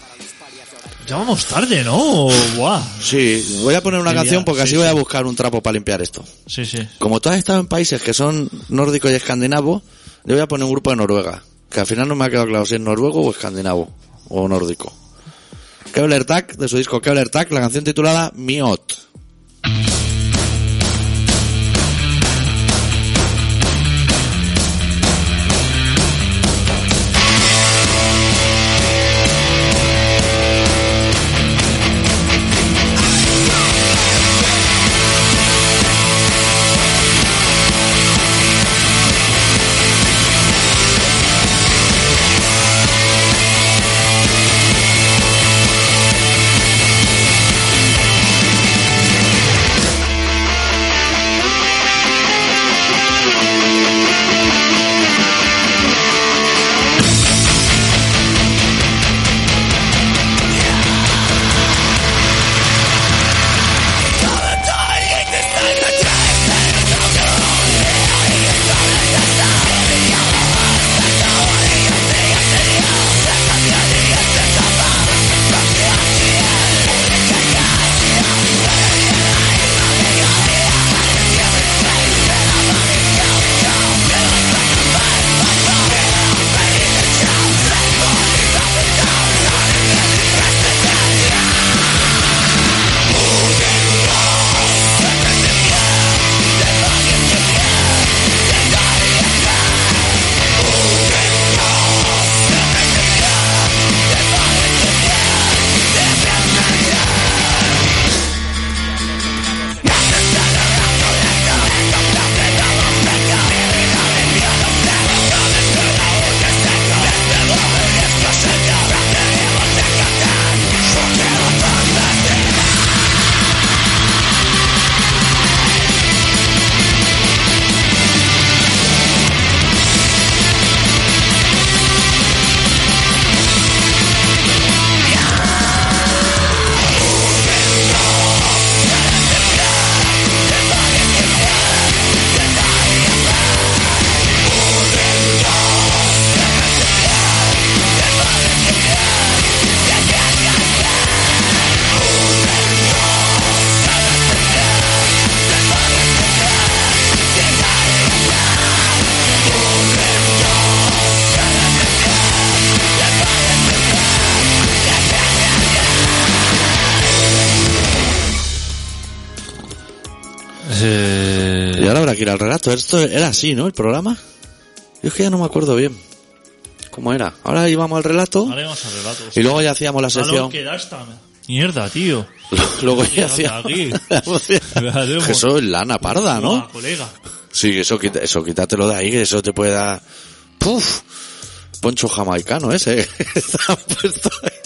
Speaker 2: Ya vamos tarde, ¿no? Buah.
Speaker 1: Sí, voy a poner una
Speaker 2: Sí,
Speaker 1: canción
Speaker 2: ya,
Speaker 1: porque
Speaker 2: sí,
Speaker 1: así
Speaker 2: sí.
Speaker 1: voy a buscar un trapo para limpiar esto.
Speaker 2: Sí, sí.
Speaker 1: Como tú has estado en países que son nórdicos y escandinavos, yo voy a poner un grupo de Noruega. Que al final no me ha quedado claro si es noruego o escandinavo. O nórdico. Kevler Tak, de su disco Kevler Tak, la canción titulada Miot.
Speaker 3: Miot
Speaker 2: Eh,
Speaker 1: Y ahora habrá que ir al relato. Esto era así, ¿no? El programa. Yo es que ya no me acuerdo bien cómo era. Ahora íbamos al relato
Speaker 2: Ahora vamos al relato.
Speaker 1: y luego ya hacíamos la
Speaker 2: Ahora
Speaker 1: sección.
Speaker 2: queda esta mierda, tío.
Speaker 1: Luego
Speaker 2: Oye,
Speaker 1: ya
Speaker 2: anda, aquí.
Speaker 1: hacíamos.
Speaker 2: Vale,
Speaker 1: Que Eso es lana parda, ¿no?
Speaker 2: Ah, colega.
Speaker 1: Sí, que eso, quita- eso quítatelo de ahí, que eso te puede dar... ¡Puf! Poncho jamaicano ese. ¿eh? Está puesto ahí.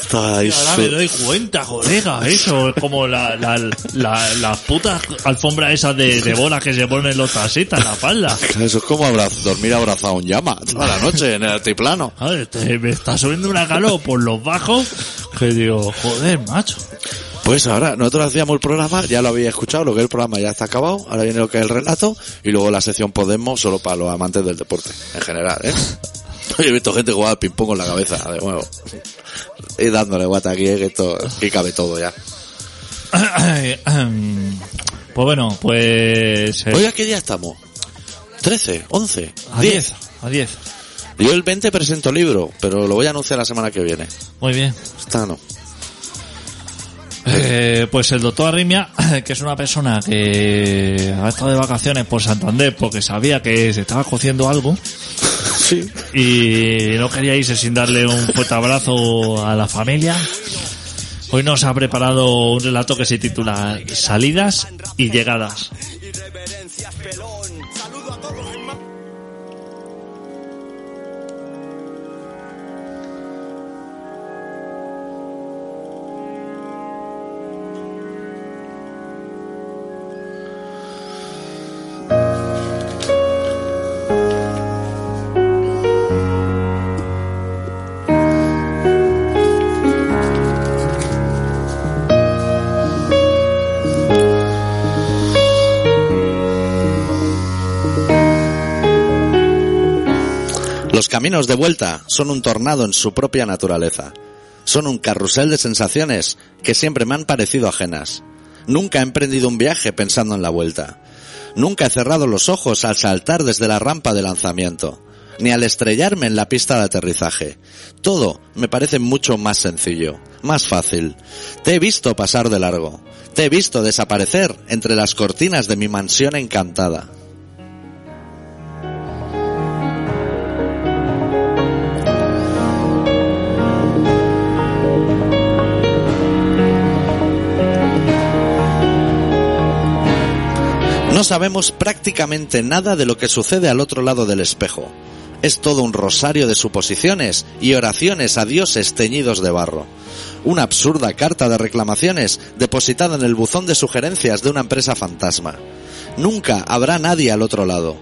Speaker 1: Está ahí
Speaker 2: Ahora
Speaker 1: su-
Speaker 2: me doy cuenta, colega. Eso es como la, la, la, la puta alfombra esa de, de bolas que se ponen los taxistas en la espalda.
Speaker 1: Eso es como abra- dormir abrazado a un llama toda la noche en el altiplano.
Speaker 2: Joder, te- me está subiendo una calor por los bajos que digo, joder, macho.
Speaker 1: Pues ahora, nosotros hacíamos el programa, ya lo habéis escuchado, lo que es el programa ya está acabado, ahora viene lo que es el relato y luego la sección Podemos solo para los amantes del deporte, en general, ¿eh? Yo he visto gente jugar al ping-pong con la cabeza, de nuevo. Y dándole guata aquí, ¿eh? que esto, aquí cabe todo ya.
Speaker 2: pues bueno, pues... eh, Ah,
Speaker 1: Oiga, ¿qué día estamos? 13, 11,
Speaker 2: a
Speaker 1: 10.
Speaker 2: 10. A 10.
Speaker 1: Yo el 20 presento libro, pero lo voy a anunciar la semana que viene.
Speaker 2: Muy bien.
Speaker 1: Está no.
Speaker 2: Eh, pues el doctor Arrimia, que es una persona que ha estado de vacaciones por Santander porque sabía que se estaba cociendo algo
Speaker 1: Sí.
Speaker 2: y no quería irse sin darle un fuerte abrazo a la familia. Hoy nos ha preparado un relato que se titula Salidas y llegadas.
Speaker 1: Los caminos de vuelta son un tornado en su propia naturaleza. Son un carrusel de sensaciones que siempre me han parecido ajenas. Nunca he emprendido un viaje pensando en la vuelta. Nunca he cerrado los ojos al saltar desde la rampa de lanzamiento, ni al estrellarme en la pista de aterrizaje. Todo me parece mucho más sencillo, más fácil. Te he visto pasar de largo. Te he visto desaparecer entre las cortinas de mi mansión encantada. No sabemos prácticamente nada de lo que sucede al otro lado del espejo. Es todo un rosario de suposiciones y oraciones a dioses teñidos de barro. Una absurda carta de reclamaciones depositada en el buzón de sugerencias de una empresa fantasma. Nunca habrá nadie al otro lado.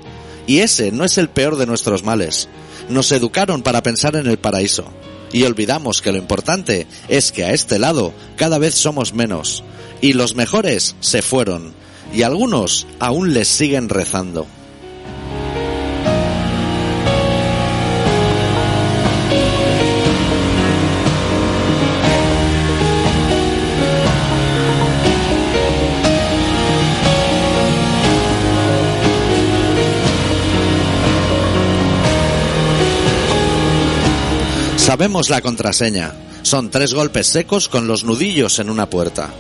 Speaker 1: Y ese no es el peor de nuestros males. Nos educaron para pensar en el paraíso. Y olvidamos que lo importante es que a este lado cada vez somos menos. Y los mejores se fueron. Y algunos aún les siguen rezando. Sabemos la contraseña. Son tres golpes secos con los nudillos en una puerta.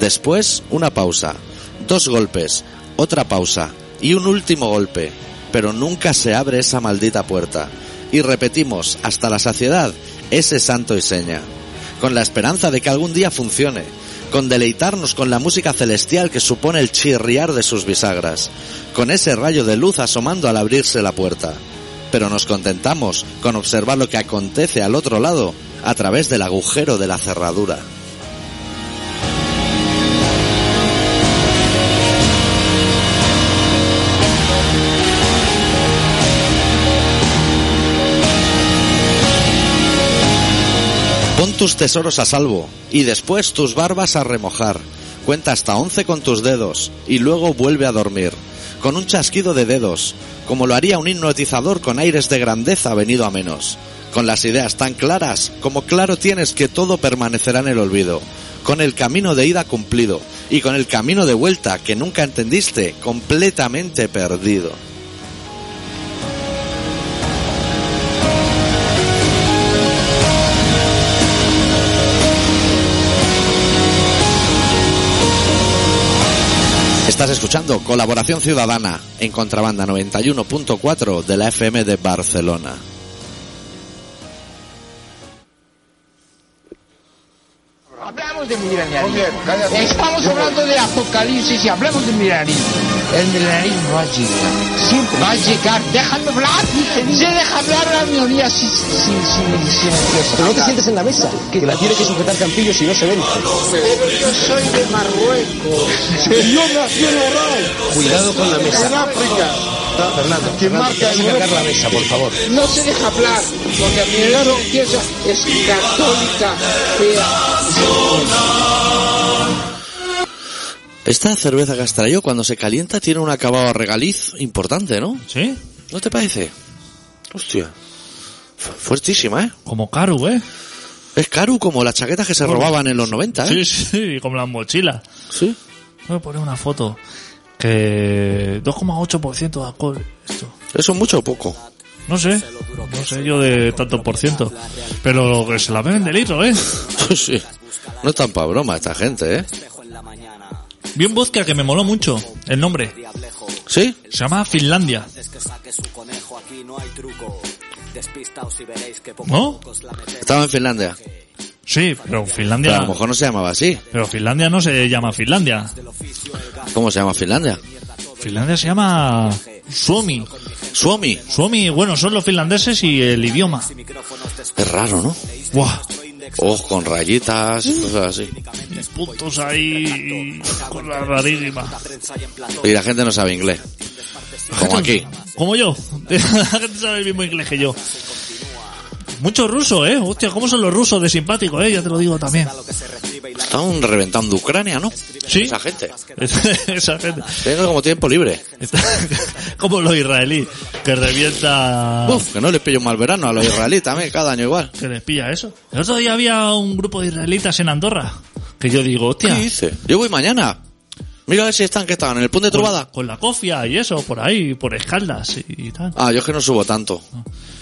Speaker 1: Después, una pausa. Dos golpes, otra pausa y un último golpe. Pero nunca se abre esa maldita puerta. Y repetimos hasta la saciedad ese santo y seña. Con la esperanza de que algún día funcione. Con deleitarnos con la música celestial que supone el chirriar de sus bisagras. Con ese rayo de luz asomando al abrirse la puerta pero nos contentamos con observar lo que acontece al otro lado a través del agujero de la cerradura. Pon tus tesoros a salvo y después tus barbas a remojar. Cuenta hasta once con tus dedos y luego vuelve a dormir, con un chasquido de dedos, como lo haría un hipnotizador con aires de grandeza venido a menos, con las ideas tan claras como claro tienes que todo permanecerá en el olvido, con el camino de ida cumplido y con el camino de vuelta que nunca entendiste completamente perdido. Estás escuchando Colaboración Ciudadana en Contrabanda 91.4 de la FM de Barcelona.
Speaker 3: Hablamos de milenarismo. Estamos hablando de apocalipsis y hablamos de milenarismo. El milenarismo va a llegar. Siempre va a llegar. Déjame hablar. Se deja hablar la minoría sin, sin, sin, sin
Speaker 4: Pero no te
Speaker 3: empezar.
Speaker 4: sientes en la mesa, que la tiene que sujetar Campillo si no se vence.
Speaker 3: Pero yo soy de Marruecos. yo nací en Oral,
Speaker 4: Cuidado con la mesa.
Speaker 3: África.
Speaker 4: Fernando,
Speaker 3: Que
Speaker 4: Fernando,
Speaker 3: marca
Speaker 4: tienes que
Speaker 3: Europa.
Speaker 4: sacar la mesa, por favor.
Speaker 3: No se deja hablar, porque a mi lado piensa es católica, fea.
Speaker 1: Esta cerveza Castrallo cuando se calienta tiene un acabado a regaliz importante, ¿no?
Speaker 2: ¿Sí?
Speaker 1: ¿No te parece? Hostia. Fu- Fuertísima, ¿eh?
Speaker 2: Como caro, ¿eh?
Speaker 1: Es caro como las chaquetas que se robaban en los 90, ¿eh?
Speaker 2: Sí, sí, y como las mochilas.
Speaker 1: Sí.
Speaker 2: Voy a poner una foto. Que 2,8% de alcohol. Esto.
Speaker 1: ¿Eso es mucho o poco?
Speaker 2: No sé. No sé yo de tanto por ciento. Pero que se la beben de litro, ¿eh?
Speaker 1: sí. No es tan pa' broma esta gente, ¿eh?
Speaker 2: Vi un vodka que me moló mucho. El nombre.
Speaker 1: ¿Sí?
Speaker 2: Se llama Finlandia.
Speaker 5: Es que saque su conejo, aquí no hay truco. Despistaos y veréis que poco
Speaker 2: ¿No?
Speaker 5: a pocos la metéis.
Speaker 1: Estaba en Finlandia.
Speaker 2: Sí, pero
Speaker 1: Pero a
Speaker 2: Finlandia...
Speaker 1: lo mejor no se llamaba así.
Speaker 2: Pero Finlandia no se llama Finlandia.
Speaker 1: ¿Cómo se llama Finlandia?
Speaker 2: Finlandia se llama... Suomi.
Speaker 1: Suomi.
Speaker 2: Suomi, bueno, son los finlandeses y el idioma.
Speaker 1: Es raro, ¿no?
Speaker 2: Buah.
Speaker 1: Ojos con rayitas y cosas así.
Speaker 2: y puntos ahí... Con la rarísima.
Speaker 1: Y la gente no sabe inglés. Como aquí.
Speaker 2: Como yo. La gente sabe el mismo inglés que yo. Mucho ruso, eh. Hostia, ¿cómo son los rusos de simpático, eh? Ya te lo digo también.
Speaker 1: Están reventando Ucrania, ¿no?
Speaker 2: Sí.
Speaker 1: Esa gente.
Speaker 2: Esa gente.
Speaker 1: Tienen como tiempo libre.
Speaker 2: Como los israelíes, que revienta...
Speaker 1: Uf, que Ah, no les pillo un mal verano a los israelíes también, cada año igual.
Speaker 2: Que les pilla eso. El otro día había un grupo de israelitas en Andorra. Que yo digo,
Speaker 1: ¿Qué
Speaker 2: hostia,
Speaker 1: dice? Yo voy mañana. Mira a ver si están, que estaban en el punto de
Speaker 2: con,
Speaker 1: Trubada.
Speaker 2: con la cofia y eso, por ahí, por escaldas y, y tal.
Speaker 1: Ah, yo es que no subo tanto.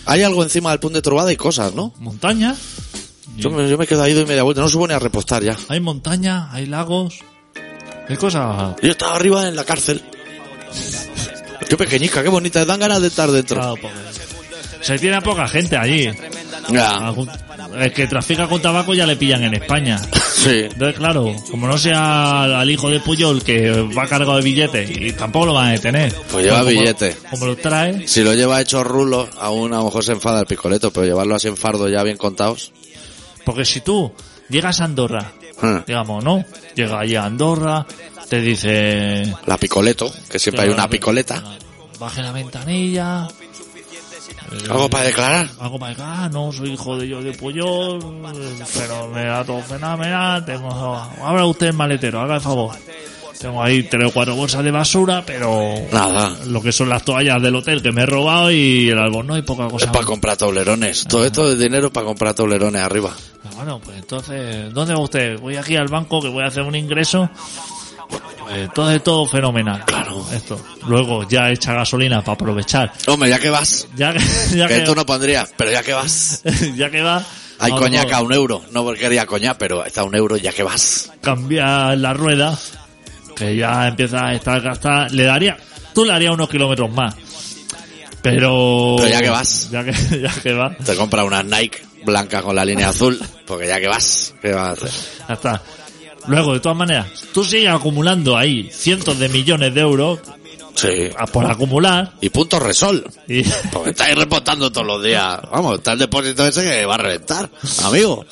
Speaker 1: Hay algo encima del punto de Trubada y cosas, ¿no?
Speaker 2: Montaña,
Speaker 1: Yo me, yo me quedo ahí doy media vuelta, no subo ni a repostar ya.
Speaker 2: hay montaña, hay lagos. Qué cosa...
Speaker 1: Yo estaba arriba en la cárcel. Qué pequeñica, qué bonita, dan ganas de estar dentro.
Speaker 2: Ah, pues, Se tiene a poca gente allí.
Speaker 1: Ya,
Speaker 2: Algún- El que trafica con tabaco ya le pillan en España.
Speaker 1: sí.
Speaker 2: Entonces, claro, como no sea al hijo de Puyol que va cargado de billetes y tampoco lo van a detener.
Speaker 1: Pues lleva
Speaker 2: Como-
Speaker 1: billete.
Speaker 2: Como lo trae,
Speaker 1: Si lo lleva hecho rulo, aún a lo mejor se enfada el picoleto, pero llevarlo así en fardo ya bien contados.
Speaker 2: porque si tú llegas a Andorra,
Speaker 1: Hmm.
Speaker 2: digamos, ¿no? Llega allí a Andorra, te dice...
Speaker 1: La picoleto, que siempre hay una
Speaker 2: Ah,
Speaker 1: picoleta.
Speaker 2: Baje la ventanilla,
Speaker 1: Algo para declarar.
Speaker 2: hago para acá, no soy hijo de yo de Puyol, pero me da todo fenomenal, tengo, abra usted el maletero, haga el favor. Tengo ahí tres o cuatro bolsas de basura, pero
Speaker 1: Nada.
Speaker 2: lo que son las toallas del hotel que me he robado y el albornoz y poca
Speaker 1: Es
Speaker 2: cosa.
Speaker 1: para
Speaker 2: más.
Speaker 1: comprar toblerones. Todo esto es dinero para comprar toblerones arriba.
Speaker 2: Pero bueno, pues entonces, ¿dónde va usted? Voy aquí al banco que voy a hacer un ingreso. Pues todo es todo fenomenal. Claro. Esto. Luego ya echa gasolina para aprovechar.
Speaker 1: Hombre, ya que vas.
Speaker 2: Ya que, ya
Speaker 1: Que
Speaker 2: que,
Speaker 1: tú no pondrías, pero ya que vas.
Speaker 2: ya que va.
Speaker 1: Hay
Speaker 2: a lo
Speaker 1: coñac a
Speaker 2: mejor
Speaker 1: un euro. No porque quería coñac, pero está a un euro ya que vas.
Speaker 2: Cambiar la rueda. Que ya empieza a estar gastada. Le daría, tú le harías unos kilómetros más. Pero.
Speaker 1: Pero ya que vas.
Speaker 2: Ya que, ya que va.
Speaker 1: Te compra una Nike blanca con la línea azul. Porque ya que vas, ¿qué vas a hacer?
Speaker 2: Ya está. Luego, de todas maneras, tú sigues acumulando ahí cientos de millones de euros
Speaker 1: Sí.
Speaker 2: a- por acumular.
Speaker 1: Y punto resol.
Speaker 2: Y,
Speaker 1: Porque estáis reportando todos los días. Vamos, está el depósito ese que va a reventar, amigo.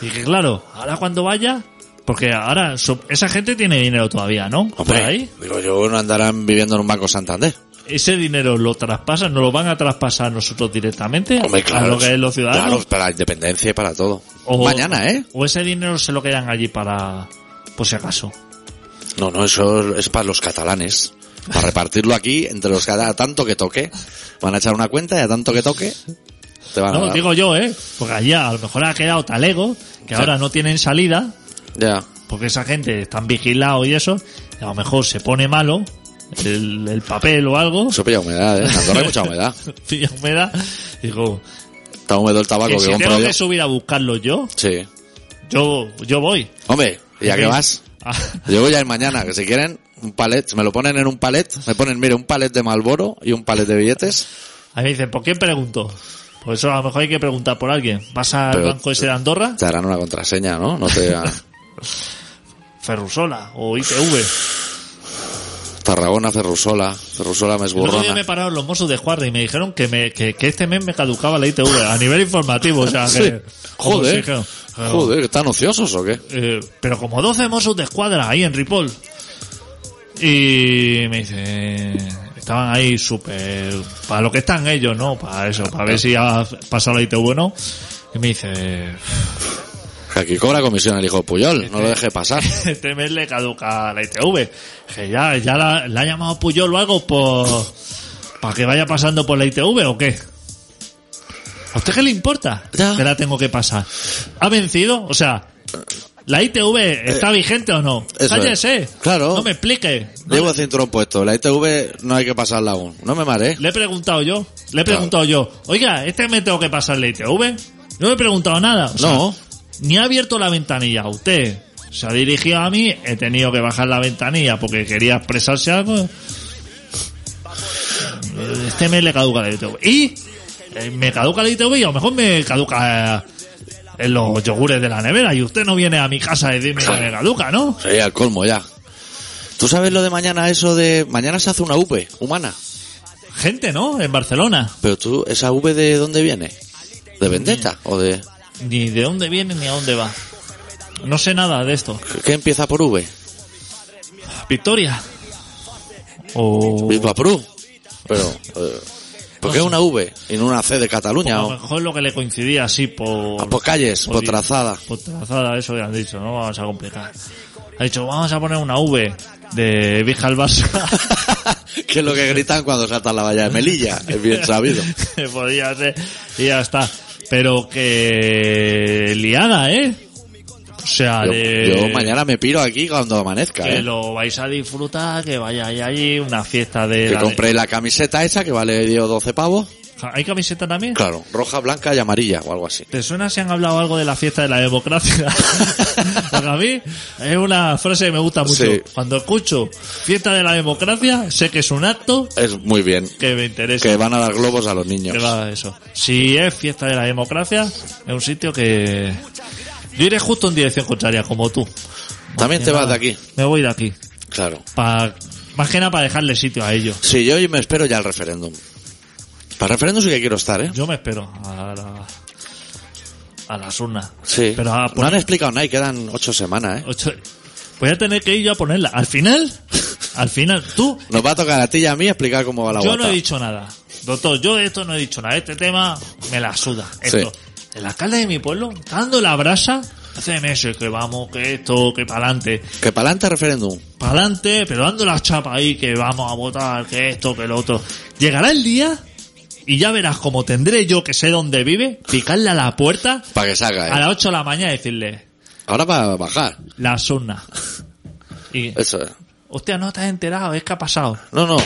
Speaker 2: y que claro, ahora cuando vaya, porque ahora so- esa gente tiene dinero todavía, ¿no? Por ahí.
Speaker 1: Hombre, digo yo, no andarán viviendo en un banco Santander.
Speaker 2: Ese dinero lo traspasan, no lo van a traspasar nosotros directamente
Speaker 1: Hombre, claro.
Speaker 2: a lo que es los ciudadanos.
Speaker 1: Claro, para la independencia y para todo. Mañana, ¿eh?
Speaker 2: O ese dinero se lo quedan allí para, por si acaso.
Speaker 1: No, no, eso es para los catalanes. Para repartirlo aquí entre los catalanes, a tanto que toque. Van a echar una cuenta y a tanto que toque. Te van a
Speaker 2: No,
Speaker 1: dar.
Speaker 2: digo yo, ¿eh? Porque allá a lo mejor ha quedado talego,
Speaker 1: Sí.
Speaker 2: que ahora no tienen salida,
Speaker 1: Ya.
Speaker 2: porque esa gente están vigilados y eso, y a lo mejor se pone malo el, el papel o algo,
Speaker 1: Eso pilla humedad, ¿eh? En Andorra hay mucha humedad.
Speaker 2: pilla humedad, digo,
Speaker 1: Está húmedo el tabaco
Speaker 2: que
Speaker 1: que,
Speaker 2: si
Speaker 1: compro
Speaker 2: tengo
Speaker 1: yo.
Speaker 2: que subir a buscarlo yo,
Speaker 1: Sí.
Speaker 2: yo, yo voy.
Speaker 1: Hombre, ¿y a qué vas?
Speaker 2: Ah,
Speaker 1: Yo voy a ir mañana, que si quieren, un palet, me lo ponen en un palet, me ponen, mire, un palet de Malboro y un palet de billetes.
Speaker 2: A mí me dicen, ¿por quién pregunto? Por eso a lo mejor hay que preguntar por alguien. Vas al
Speaker 1: Pero-
Speaker 2: banco ese de Andorra,
Speaker 1: Te harán una contraseña, ¿no? No te
Speaker 2: Ferrusola o ITV.
Speaker 1: Tarragona, Cerrusola, Cerrusola
Speaker 2: El otro día
Speaker 1: Mesburrona.
Speaker 2: me pararon los mozos de guardia y me dijeron que, me, que, que este mes me caducaba la ITV a nivel informativo. O sea, que,
Speaker 1: Sí.
Speaker 2: como si
Speaker 1: Joder,
Speaker 2: dijeron, eh,
Speaker 1: joder, ¿están ociosos o qué?
Speaker 2: eh, pero como 12 mozos de escuadra ahí en Ripoll. Y me dice, eh, estaban ahí súper, para lo que están ellos, ¿no? Para eso, para ver si ha pasado la ITV o no. Y me dice,
Speaker 1: Que aquí cobra comisión el hijo de Puyol, no lo deje pasar.
Speaker 2: este mes le caduca la ITV. Que ya, ya la, la ha llamado Puyol o algo por, para que vaya pasando por la ITV o qué. ¿A usted qué le importa?
Speaker 1: Ya.
Speaker 2: Que la tengo que pasar. ¿Ha vencido? O sea, ¿la ITV está vigente o no?
Speaker 1: Eh, eso es.
Speaker 2: Cállese.
Speaker 1: Claro.
Speaker 2: No me explique. No
Speaker 1: Llevo el cinturón puesto, la ITV no hay que pasarla aún. No me mareé.
Speaker 2: Le he preguntado yo, le he preguntado yo, oiga, ¿este me tengo que pasar la ITV? No le he preguntado nada. o sea,
Speaker 1: No.
Speaker 2: Ni ha abierto la ventanilla a usted. Se ha dirigido a mí, he tenido que bajar la ventanilla porque quería expresarse algo. Este mes le caduca la ITV. Y eh, me caduca la ITV y a lo mejor me caduca eh, en los yogures de la nevera y usted no viene a mi casa a decirme que me caduca, ¿no?
Speaker 1: Sí, al colmo ya. ¿Tú sabes lo de mañana eso de... Mañana se hace una V, humana.
Speaker 2: Gente, ¿no? En Barcelona.
Speaker 1: Pero tú, ¿esa V de dónde viene? ¿De Vendetta o de...?
Speaker 2: Ni de dónde viene ni a dónde va. No sé nada de esto.
Speaker 1: ¿Qué empieza por V?
Speaker 2: Victoria. O
Speaker 1: Viva Pru. Pero... eh, ¿Por qué una V y no una C de
Speaker 2: a
Speaker 1: Cataluña?
Speaker 2: lo
Speaker 1: o-
Speaker 2: mejor lo que le coincidía así por...
Speaker 1: Ah, por calles, por trazada.
Speaker 2: Por trazada, eso ya han dicho, no vamos a complicar. Ha dicho, vamos a poner una V de Vija al Barça.
Speaker 1: que es lo que gritan cuando saltan la valla de Melilla, es bien sabido.
Speaker 2: Que Podía ser, y ya está. Pero que liada, ¿eh? O sea,
Speaker 1: Yo,
Speaker 2: de...
Speaker 1: yo mañana me piro aquí cuando amanezca,
Speaker 2: Que
Speaker 1: ¿eh?
Speaker 2: lo vais a disfrutar, que vayáis allí, una fiesta de...
Speaker 1: Que
Speaker 2: la-
Speaker 1: compré la camiseta esa que vale dio 12 pavos.
Speaker 2: ¿Hay camiseta también?
Speaker 1: Claro, roja, blanca y amarilla o algo así.
Speaker 2: ¿Te suena si han hablado algo de la fiesta de la democracia? Porque a mí es una frase que me gusta mucho.
Speaker 1: Sí.
Speaker 2: Cuando escucho fiesta de la democracia, sé que es un acto
Speaker 1: Es muy bien.
Speaker 2: que me interesa.
Speaker 1: Que van a dar globos a los niños.
Speaker 2: Que va eso. Si es fiesta de la democracia, es un sitio que... Yo iré justo en dirección contraria, como tú.
Speaker 1: También te vas de aquí.
Speaker 2: Me voy de aquí.
Speaker 1: Claro.
Speaker 2: Pa... Más que nada para dejarle sitio a ellos.
Speaker 1: Sí, yo hoy me espero ya el referéndum. Para el referéndum sí que quiero estar, ¿eh?
Speaker 2: Yo me espero a, la... a las urnas.
Speaker 1: Sí.
Speaker 2: Pero a
Speaker 1: No
Speaker 2: poner-
Speaker 1: han explicado nada y quedan ocho semanas, ¿eh?
Speaker 2: Ocho- Voy a tener que ir yo a ponerla. Al final, al final, tú,
Speaker 1: Nos va a tocar a ti y a mí explicar cómo va la
Speaker 2: yo
Speaker 1: bota.
Speaker 2: no he dicho nada. Doctor, yo de esto no he dicho nada. Este tema me la suda. Esto. El alcalde de mi pueblo está dando la brasa hace meses que vamos, que esto, que para adelante.
Speaker 1: Que para adelante referéndum.
Speaker 2: Para adelante, pero dando la chapa ahí, que vamos a votar, que esto, que lo otro. Llegará el día y ya verás como tendré yo, que sé dónde vive, picarle a la puerta
Speaker 1: Para que
Speaker 2: a
Speaker 1: salga, ¿eh?
Speaker 2: las 8 de la mañana y decirle,
Speaker 1: Ahora va a bajar.
Speaker 2: las urnas. Y,
Speaker 1: Eso es.
Speaker 2: Hostia, no te has enterado, es que ha pasado.
Speaker 1: No, no.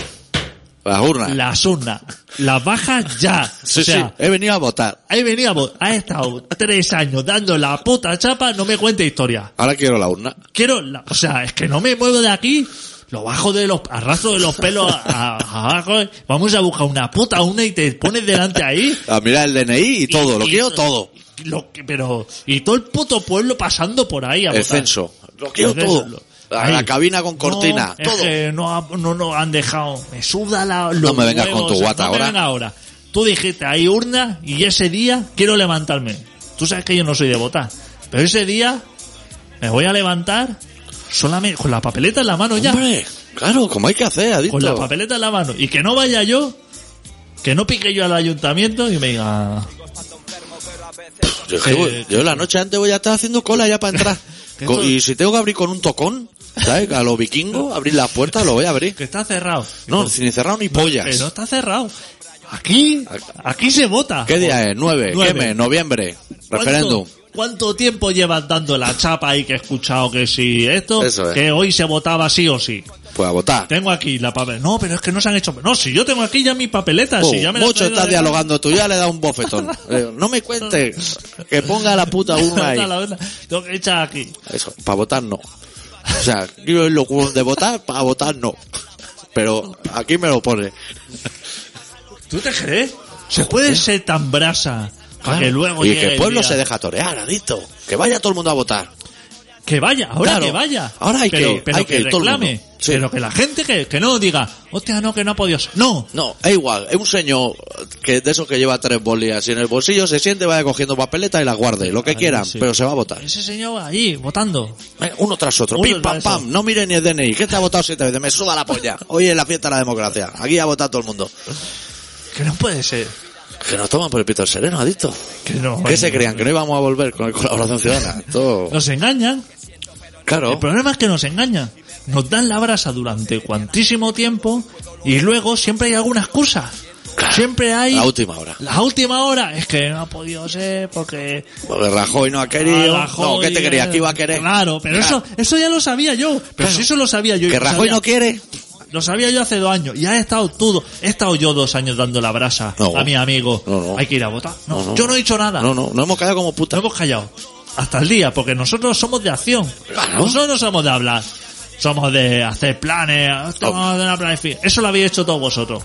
Speaker 1: Las urnas.
Speaker 2: Las urnas, las bajas ya.
Speaker 1: Sí,
Speaker 2: o sea,
Speaker 1: sí. He venido a votar.
Speaker 2: ahí veníamos, has estado tres años dando la puta chapa, no me cuente historia.
Speaker 1: Ahora quiero la urna.
Speaker 2: Quiero, la- o sea, es que no me muevo de aquí, lo bajo de los, arrastro de los pelos a- a- abajo, eh. vamos a buscar una puta una y te pones delante ahí.
Speaker 1: A mirar el DNI y todo. lo
Speaker 2: y-
Speaker 1: quiero todo.
Speaker 2: Lo que- pero, y todo el puto pueblo pasando por ahí a
Speaker 1: El
Speaker 2: votar.
Speaker 1: censo. Lo quiero
Speaker 2: Entonces,
Speaker 1: todo.
Speaker 2: lo-
Speaker 1: La, la
Speaker 2: ahí.
Speaker 1: cabina con
Speaker 2: No,
Speaker 1: cortina.
Speaker 2: es
Speaker 1: todo.
Speaker 2: que no, ha- no nos han dejado. Me suda la. los
Speaker 1: me vengas
Speaker 2: huevos,
Speaker 1: con tu
Speaker 2: o sea,
Speaker 1: guata
Speaker 2: no me
Speaker 1: ahora.
Speaker 2: vengas ahora. Tú dijiste, hay urna y ese día quiero levantarme. Tú sabes que yo no soy de votar. Pero ese día me voy a levantar solamente con la papeleta en la mano ya.
Speaker 1: Hombre, claro, como hay que hacer, adicto.
Speaker 2: Con la papeleta en la mano. Y que no vaya yo, que no pique yo al ayuntamiento y me diga.
Speaker 1: Yo, es que voy-
Speaker 2: Eh,
Speaker 1: yo la noche antes voy a estar haciendo cola ya para entrar.
Speaker 2: Que
Speaker 1: Co-
Speaker 2: esto-
Speaker 1: y si tengo que abrir con un tocón, ¿sabes? A los vikingos, abrir la puerta, lo voy a abrir.
Speaker 2: Que está cerrado.
Speaker 1: No, si ni cerrado ni
Speaker 2: Pero
Speaker 1: pollas.
Speaker 2: está cerrado. Aquí, aquí se vota.
Speaker 1: ¿Qué día es? Nueve.
Speaker 2: Nueve.
Speaker 1: ¿Qué mes? Noviembre. Referéndum.
Speaker 2: ¿Cuánto, cuánto tiempo llevas dando la chapa ahí que he escuchado que sí esto?
Speaker 1: Eso es.
Speaker 2: Que hoy se votaba sí o sí.
Speaker 1: Pues a votar.
Speaker 2: Tengo aquí la papeleta. No, pero es que no se han hecho. No, si yo tengo aquí ya mi papeleta.
Speaker 1: Oh,
Speaker 2: si ah, ya me la
Speaker 1: mucho
Speaker 2: traigo
Speaker 1: estás
Speaker 2: de-
Speaker 1: dialogando, tú ya le da un bofetón. Eh, no me cuentes que ponga la puta urna ahí.
Speaker 2: Tengo que echar aquí.
Speaker 1: Eso, para votar no. O sea, yo lo de votar, para votar no. Pero aquí me lo pone.
Speaker 2: ¿Tú te crees? ¿Se puede ser tan brasa? Para que luego
Speaker 1: y
Speaker 2: llegue
Speaker 1: que el pueblo
Speaker 2: día?
Speaker 1: se deja torear, adicto. Que vaya todo el mundo a votar.
Speaker 2: Que vaya, ahora
Speaker 1: Claro.
Speaker 2: que vaya.
Speaker 1: Ahora hay
Speaker 2: pero,
Speaker 1: que-
Speaker 2: pero
Speaker 1: hay que ir todo el
Speaker 2: reclame.
Speaker 1: mundo. Sí.
Speaker 2: Pero que la gente que, que no diga, hostia, no, que no ha podido ser. No.
Speaker 1: No, es igual. Es un señor que de esos que lleva tres bolías y en el bolsillo se siente, vaya cogiendo papeletas y las guarde, lo que quieran,
Speaker 2: sí.
Speaker 1: pero se va a votar.
Speaker 2: Ese señor ahí, votando.
Speaker 1: Venga, Uno tras otro,
Speaker 2: Uno
Speaker 1: pim, pam,
Speaker 2: tras otro.
Speaker 1: pam, no mire ni el DNI, que te ha votado siete veces, me suda la polla. Hoy es la fiesta de la democracia, aquí ha votado todo el mundo.
Speaker 2: Que no puede ser.
Speaker 1: Que nos toman por el pito el sereno, adicto.
Speaker 2: Que no.
Speaker 1: ¿Qué se crean? ¿Que no íbamos a volver con el colaboración ciudadana? Todo...
Speaker 2: Nos engañan. El
Speaker 1: Claro.
Speaker 2: problema es que nos engañan. Nos dan la brasa durante cuantísimo tiempo y luego siempre hay alguna excusa. Siempre hay...
Speaker 1: La última hora.
Speaker 2: La última hora es que no ha podido ser porque...
Speaker 1: Porque Rajoy no ha querido.
Speaker 2: Ah, Rajoy,
Speaker 1: no, ¿qué te quería? ¿Qué iba a querer?
Speaker 2: Claro, pero
Speaker 1: Claro.
Speaker 2: eso eso ya lo sabía yo. Pero
Speaker 1: Claro.
Speaker 2: si eso lo sabía yo. y
Speaker 1: Que
Speaker 2: lo
Speaker 1: Rajoy
Speaker 2: sabía-
Speaker 1: no quiere.
Speaker 2: Lo sabía yo hace dos años. Y has estado tú. He estado yo dos años dando la brasa
Speaker 1: No.
Speaker 2: a mi amigo.
Speaker 1: No, no.
Speaker 2: Hay que ir a votar. No,
Speaker 1: No, no.
Speaker 2: Yo no he dicho nada.
Speaker 1: No, no, no hemos quedado como puta.
Speaker 2: No Oh, hemos callado. Hasta el día, porque nosotros somos de acción.
Speaker 1: Claro.
Speaker 2: Nosotros no somos de hablar. Somos de hacer planes, hostia, vamos a hacer una planific- Eso lo habéis hecho todos vosotros.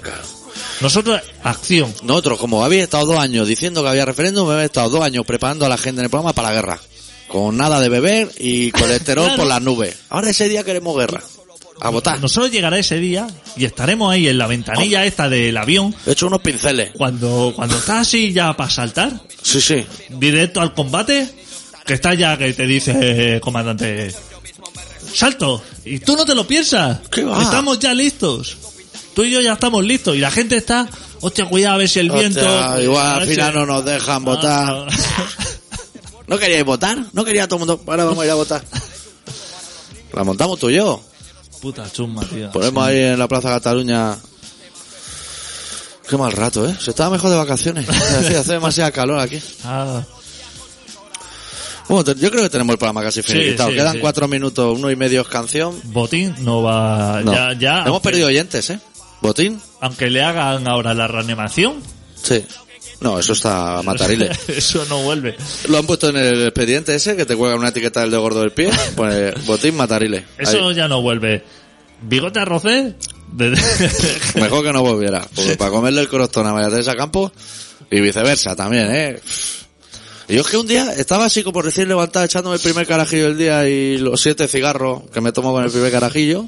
Speaker 2: Nosotros, acción.
Speaker 1: Nosotros, como habéis estado dos años diciendo que había referéndum, habéis estado dos años preparando a la gente en el programa para la guerra. Con nada de beber y colesterol
Speaker 2: Claro.
Speaker 1: por las nubes. Ahora ese día queremos guerra. A votar.
Speaker 2: Nosotros llegará ese día y estaremos ahí en la ventanilla esta del avión
Speaker 1: He hecho unos pinceles.
Speaker 2: cuando, cuando estás así ya para saltar,
Speaker 1: Sí, sí.
Speaker 2: directo al combate, que está ya que te dice, eh, comandante, salto. Y tú no te lo piensas.
Speaker 1: ¿Qué va?
Speaker 2: Estamos ya listos. Tú y yo ya estamos listos. Y la gente está, hostia, cuidado a ver si el viento...
Speaker 1: Hostia, igual
Speaker 2: a
Speaker 1: al
Speaker 2: ver si-
Speaker 1: final no nos dejan votar. ¿No queríais votar? ¿No quería todo el mundo? Ahora vamos a ir a votar. La montamos tú y yo.
Speaker 2: Puta chumba, tío.
Speaker 1: Ponemos ahí en la Plaza Cataluña. Qué mal rato, ¿eh? Se estaba mejor de vacaciones. Es decir, hace demasiada calor aquí.
Speaker 2: Ah,
Speaker 1: Bueno, te- yo creo que tenemos el programa casi finalizado.
Speaker 2: sí,
Speaker 1: Quedan
Speaker 2: sí.
Speaker 1: cuatro minutos, uno y medio es canción.
Speaker 2: botín no va...
Speaker 1: No.
Speaker 2: Ya, ya,
Speaker 1: Hemos
Speaker 2: aunque-
Speaker 1: perdido oyentes, ¿eh? ¿Botín?
Speaker 2: Aunque le hagan ahora la reanimación...
Speaker 1: Sí. No, eso está a matarile.
Speaker 2: Eso no vuelve.
Speaker 1: Lo han puesto en el expediente ese, que te cuelga una etiqueta del de gordo del pie. Pues botín matarile.
Speaker 2: Eso
Speaker 1: Ahí.
Speaker 2: ya no vuelve. Bigote ¿eh? arrocé... de-
Speaker 1: Mejor que no volviera. Porque para comerle el crostón a María Teresa Campos y viceversa también, ¿eh? Y yo es que un día estaba así como recién levantado echándome el primer carajillo del día y los siete cigarros que me tomo con el primer carajillo.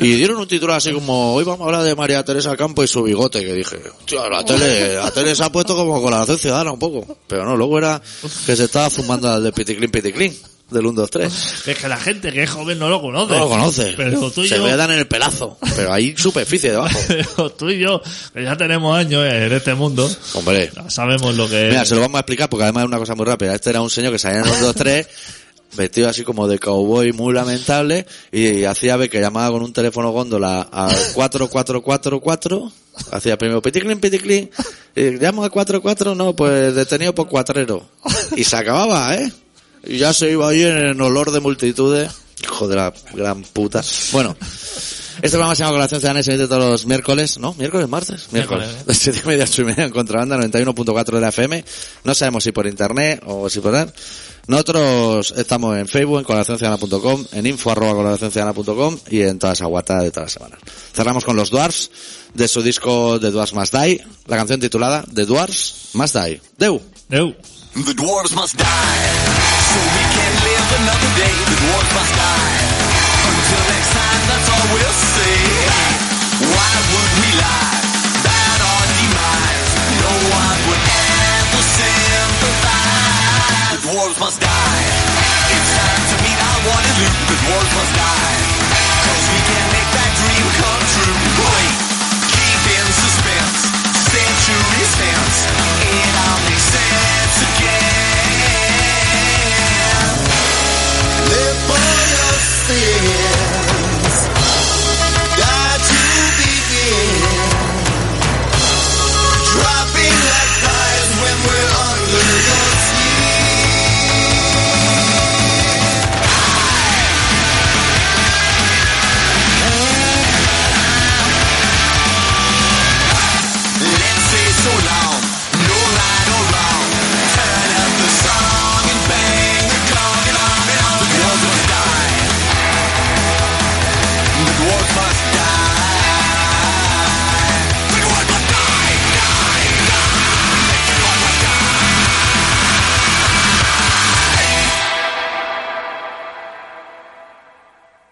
Speaker 1: Y dieron un titular así como, hoy vamos a hablar de María Teresa Campos y su bigote, que dije, hostia, la tele, la tele se ha puesto como con la nación ciudadana un poco. Pero no, luego era que se estaba fumando al de Piticlin Piticlin, del 1, 2, 3.
Speaker 2: Es que la gente que es joven no lo conoce.
Speaker 1: No lo conoces.
Speaker 2: Pero tú y
Speaker 1: se
Speaker 2: yo.
Speaker 1: vean en el pelazo, pero hay superficie debajo.
Speaker 2: pero tú y yo, que ya tenemos años en este mundo,
Speaker 1: Hombre,
Speaker 2: sabemos lo que
Speaker 1: Mira,
Speaker 2: es.
Speaker 1: se lo vamos a explicar porque además es una cosa muy rápida. Este era un señor que salía en los 2-3, vestido así como de cowboy muy lamentable, y, hacía ver que llamaba con un teléfono góndola al 4444, hacía primero piticlin, piticlin, y llamo al 44, no, pues detenido por cuatrero. Y se acababa, ¿eh? Y ya se iba ahí en olor de multitudes. Hijo de la gran puta. Bueno. Este programa se llama Colación Ciudadana y se emite todos los miércoles, ¿no? ¿Miércoles, martes? Miércoles.
Speaker 2: Miércoles, ¿eh?
Speaker 1: De siete y media a ocho y media en Contrabanda 91.4 de la FM. No sabemos si por internet o si por tal. Nosotros estamos en Facebook, en colaboracionciudadana.com, en info arroba colaboracionciudadana.com y en toda esa guata de todas las semanas. Cerramos con los Dwarfs, de su disco The Dwarfs Must Die, la canción titulada The Dwarfs Must Die. Deu.
Speaker 2: Eu.
Speaker 6: The dwarves must die, so we can live another day. The dwarves must die. Until next time, that's all we'll say. Why would we lie about our demise? No one would ever sympathize. The dwarves must die. It's time to meet our Waterloo. The dwarves must die.